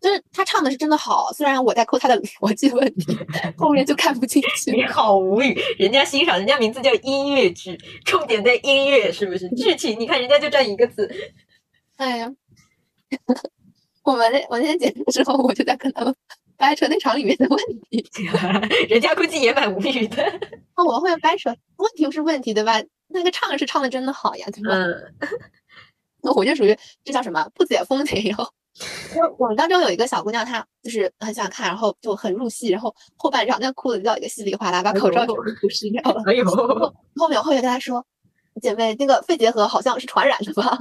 Speaker 2: 就是他唱的是真的好，虽然我在抠他的逻辑问 题，后面就看不进去
Speaker 1: 你
Speaker 2: 了。
Speaker 1: 好无语。人家欣赏，人家名字叫音乐剧，重点在音乐是不是？剧情你看人家就占一个字，
Speaker 2: 哎呀，我们那我那天结束之后，我就在跟他们掰扯那场里面的问题。
Speaker 1: 人家估计也蛮无语的。
Speaker 2: 那我会掰扯问题是问题，对吧？那个唱是唱的真的好呀，对吧？
Speaker 1: 嗯
Speaker 2: 那我就属于这叫什么不解风情。然后我我们当中有一个小姑娘，她就是很想看，然后就很入戏，然后后半场那裤子掉一个稀里哗啦，把口罩
Speaker 1: 哎
Speaker 2: 给
Speaker 1: 呦
Speaker 2: 腐蚀掉了。
Speaker 1: 哎呦，
Speaker 2: 后面我会跟她说：“姐妹，那个肺结核好像是传染的吧？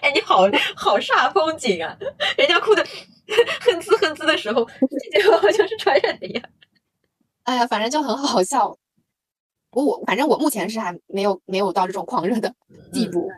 Speaker 1: 哎，你好好煞风景啊！人家哭的哼哧哼哧的时候，结果好像是传染的呀。
Speaker 2: 哎呀，反正就很好笑。我我反正我目前是还没有没有到这种狂热的地
Speaker 1: 嗯
Speaker 2: 步。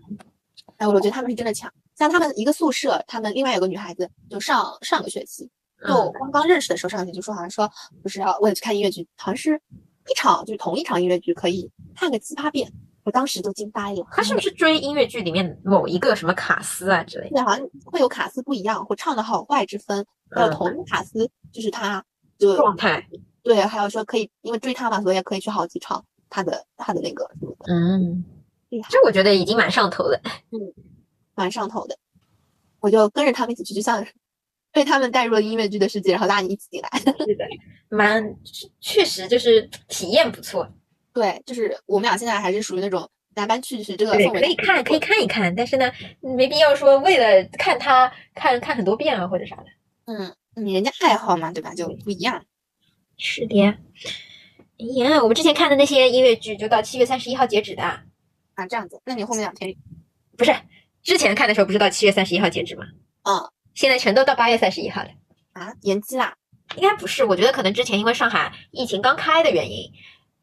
Speaker 2: 哎，我觉得他们是真的强。像他们一个宿舍，他们另外有个女孩子，就上上个学期，就
Speaker 1: 嗯
Speaker 2: 我刚刚认识的时候，上学期就说好像说就是要为了去看音乐剧，好像是一场就是同一场音乐剧可以看个七八遍，我当时都惊呆了。
Speaker 1: 他是不是追音乐剧里面某一个什么卡斯啊之类的？
Speaker 2: 对，好像会有卡斯不一样，或唱的好坏之分，还有
Speaker 1: 嗯
Speaker 2: 同一个卡斯就是他就
Speaker 1: 状态，
Speaker 2: 对，还有说可以因为追他嘛，所以也可以去好几场他的他的那个什么的，
Speaker 1: 嗯
Speaker 2: 厉害，
Speaker 1: 这我觉得已经蛮上头了。
Speaker 2: 蛮上头的。我就跟着他们一起去，就像被他们带入了音乐剧的世界，然后拉你一起进来。
Speaker 1: 是的， 蛮确实就是体验不错。
Speaker 2: 对，就是我们俩现在还是属于那种来来去去这个
Speaker 1: 对，
Speaker 2: 氛围
Speaker 1: 可以看，可以看一看，但是呢，没必要说为了看它看看很多遍啊或者啥的。
Speaker 2: 嗯，你人家爱好嘛，对吧？就不一样。
Speaker 1: 是的呀。哎呀，我们之前看的那些音乐剧就到七月三十一号截止的啊，
Speaker 2: 啊，这样子，那你后面两天
Speaker 1: 不是之前看的时候不是到七月三十一号截止吗？
Speaker 2: 嗯
Speaker 1: 现在全都到八月三十一号了。
Speaker 2: 啊，延期啦。
Speaker 1: 应该不是，我觉得可能之前因为上海疫情刚开的原因，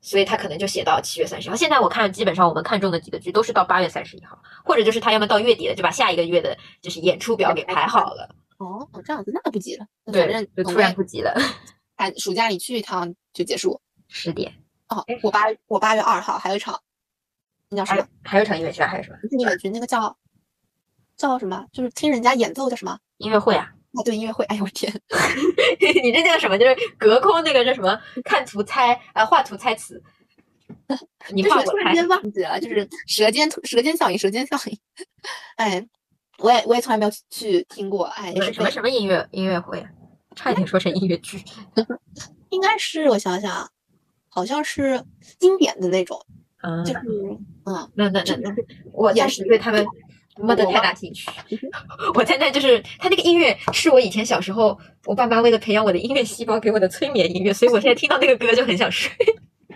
Speaker 1: 所以他可能就写到七月三十号。现在我看，基本上我们看中的几个剧都是到八月三十一号，或者就是他要么到月底了，就把下一个月的就是演出表给排好了。
Speaker 2: 哦，这样子那不急了，那
Speaker 1: 对
Speaker 2: 反正，
Speaker 1: 就
Speaker 2: 总
Speaker 1: 突然不
Speaker 2: 归
Speaker 1: 急了。
Speaker 2: 寒暑假里去一趟就结束。
Speaker 1: 十点，
Speaker 2: 哦
Speaker 1: 哎，
Speaker 2: 我八我八月二号还有一场，那叫 什
Speaker 1: 还有
Speaker 2: 么？
Speaker 1: 还有一场音乐剧啊，还有什么
Speaker 2: 不是音乐剧，那个叫叫什么？就是听人家演奏叫什么？
Speaker 1: 音乐会啊？
Speaker 2: 啊，对，音乐会。哎呦我天，
Speaker 1: 你这叫什么？就是隔空那个叫什么？看图猜啊、画图猜词。你
Speaker 2: 就
Speaker 1: 画
Speaker 2: 是
Speaker 1: 我
Speaker 2: 突然
Speaker 1: 猜，
Speaker 2: 间忘记了，就是舌尖舌尖效应，舌尖效应。哎，我也我也从来没有去听过，哎，也
Speaker 1: 什
Speaker 2: 是
Speaker 1: 么什么
Speaker 2: 被
Speaker 1: 什么音乐音乐会啊？差一点说成音乐剧。
Speaker 2: 应该是我想想啊，好像是经典的那种，
Speaker 1: 嗯
Speaker 2: 就，是嗯，
Speaker 1: 那那那
Speaker 2: 真
Speaker 1: 那
Speaker 2: 的，
Speaker 1: 我
Speaker 2: 也
Speaker 1: 暂
Speaker 2: 是
Speaker 1: 时对他们没得
Speaker 2: 我
Speaker 1: 太
Speaker 2: 忘
Speaker 1: 大兴趣。 我现在就是他那个音乐，是我以前小时候我爸妈为了培养我的音乐细胞给我的催眠音乐，所以我现在听到那个歌就很想睡。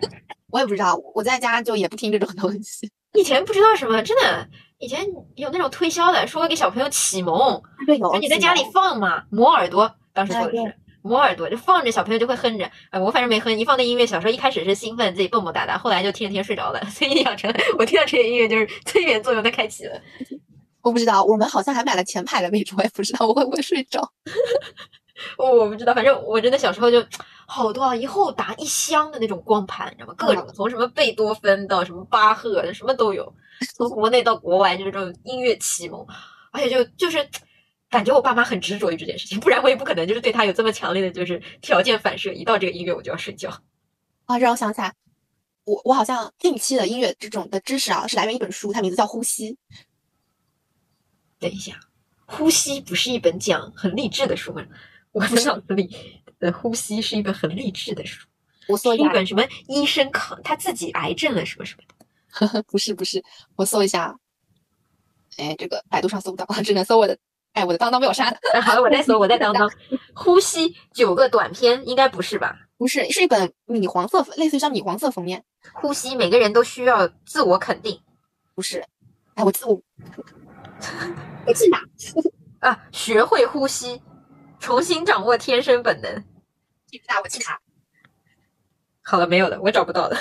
Speaker 2: 我也不知道，我在家就也不听这种东西。
Speaker 1: 以前不知道什么，真的，以前有那种推销的，说给小朋友启蒙，
Speaker 2: 对，有
Speaker 1: 就你在家里放嘛，磨耳朵，当时
Speaker 2: 哎
Speaker 1: 说的
Speaker 2: 对
Speaker 1: 是。磨耳朵就放着，小朋友就会哼着。哎，我反正没哼，一放那音乐，小时候一开始是兴奋，自己蹦蹦哒哒，后来就听着听着睡着了。 所以养成我听到这些音乐就是催眠作用的开启了。
Speaker 2: 我不知道，我们好像还买了前排的位置，我也不知道我会不会睡着。
Speaker 1: 我我不知道，反正我真的小时候就好多啊，一厚沓一箱的那种光盘，你知道吗？各种从什么贝多芬到什么巴赫，什么都有，从国内到国外就是这种音乐启蒙，而且就就是感觉我爸妈很执着于这件事情，不然我也不可能就是对他有这么强烈的就是条件反射，一到这个音乐我就要睡觉。
Speaker 2: 啊，让我想起来，我我好像定期的音乐这种的知识啊，是来源于一本书，它名字叫《呼吸》。
Speaker 1: 等一下，呼吸不是一本讲很励志的书吗？我的脑子里的呼吸是一本很励志的书，
Speaker 2: 我
Speaker 1: 是
Speaker 2: 搜一
Speaker 1: 一
Speaker 2: 下，
Speaker 1: 本什么医生抗他自己癌症了什么什么的。
Speaker 2: 不是不是，我搜一下。哎，这个百度上搜不到， 只能搜我的。哎，我的当当被我删了。
Speaker 1: 哎，好了， 我再搜，我再当当。呼吸九个短片，应该不是吧？
Speaker 2: 不是，是一本米黄色，类似于像米黄色封面。
Speaker 1: 呼吸，每个人都需要自我肯定
Speaker 2: 不是，哎，我记我我记哪？
Speaker 1: 啊！学会呼吸，重新掌握天生本能。
Speaker 2: 记不大，我记哪？
Speaker 1: 好了，没有了，我找不到了。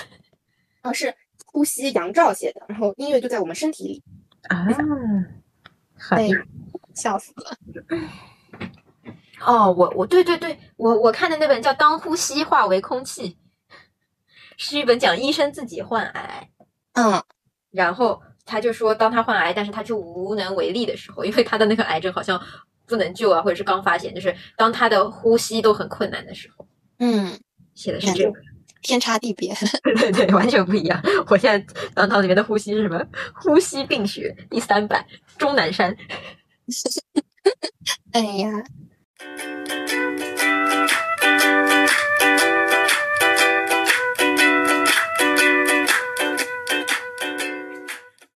Speaker 2: 啊，是呼吸杨照写的，然后音乐就在我们身体里。
Speaker 1: 啊，好
Speaker 2: 哎，笑死了。
Speaker 1: 哦，我我对对对，我我看的那本叫《当呼吸化为空气》，是一本讲医生自己患癌，
Speaker 2: 嗯，
Speaker 1: 然后他就说，当他患癌，但是他却无能为力的时候，因为他的那个癌症好像不能救啊，或者是刚发现，就是当他的呼吸都很困难的时候，
Speaker 2: 嗯，
Speaker 1: 写的是这个。
Speaker 2: 天差地别。
Speaker 1: 对对对，完全不一样。我现在当堂里面的呼吸是什么？呼吸病学第三版，钟南山。
Speaker 2: 哎呀，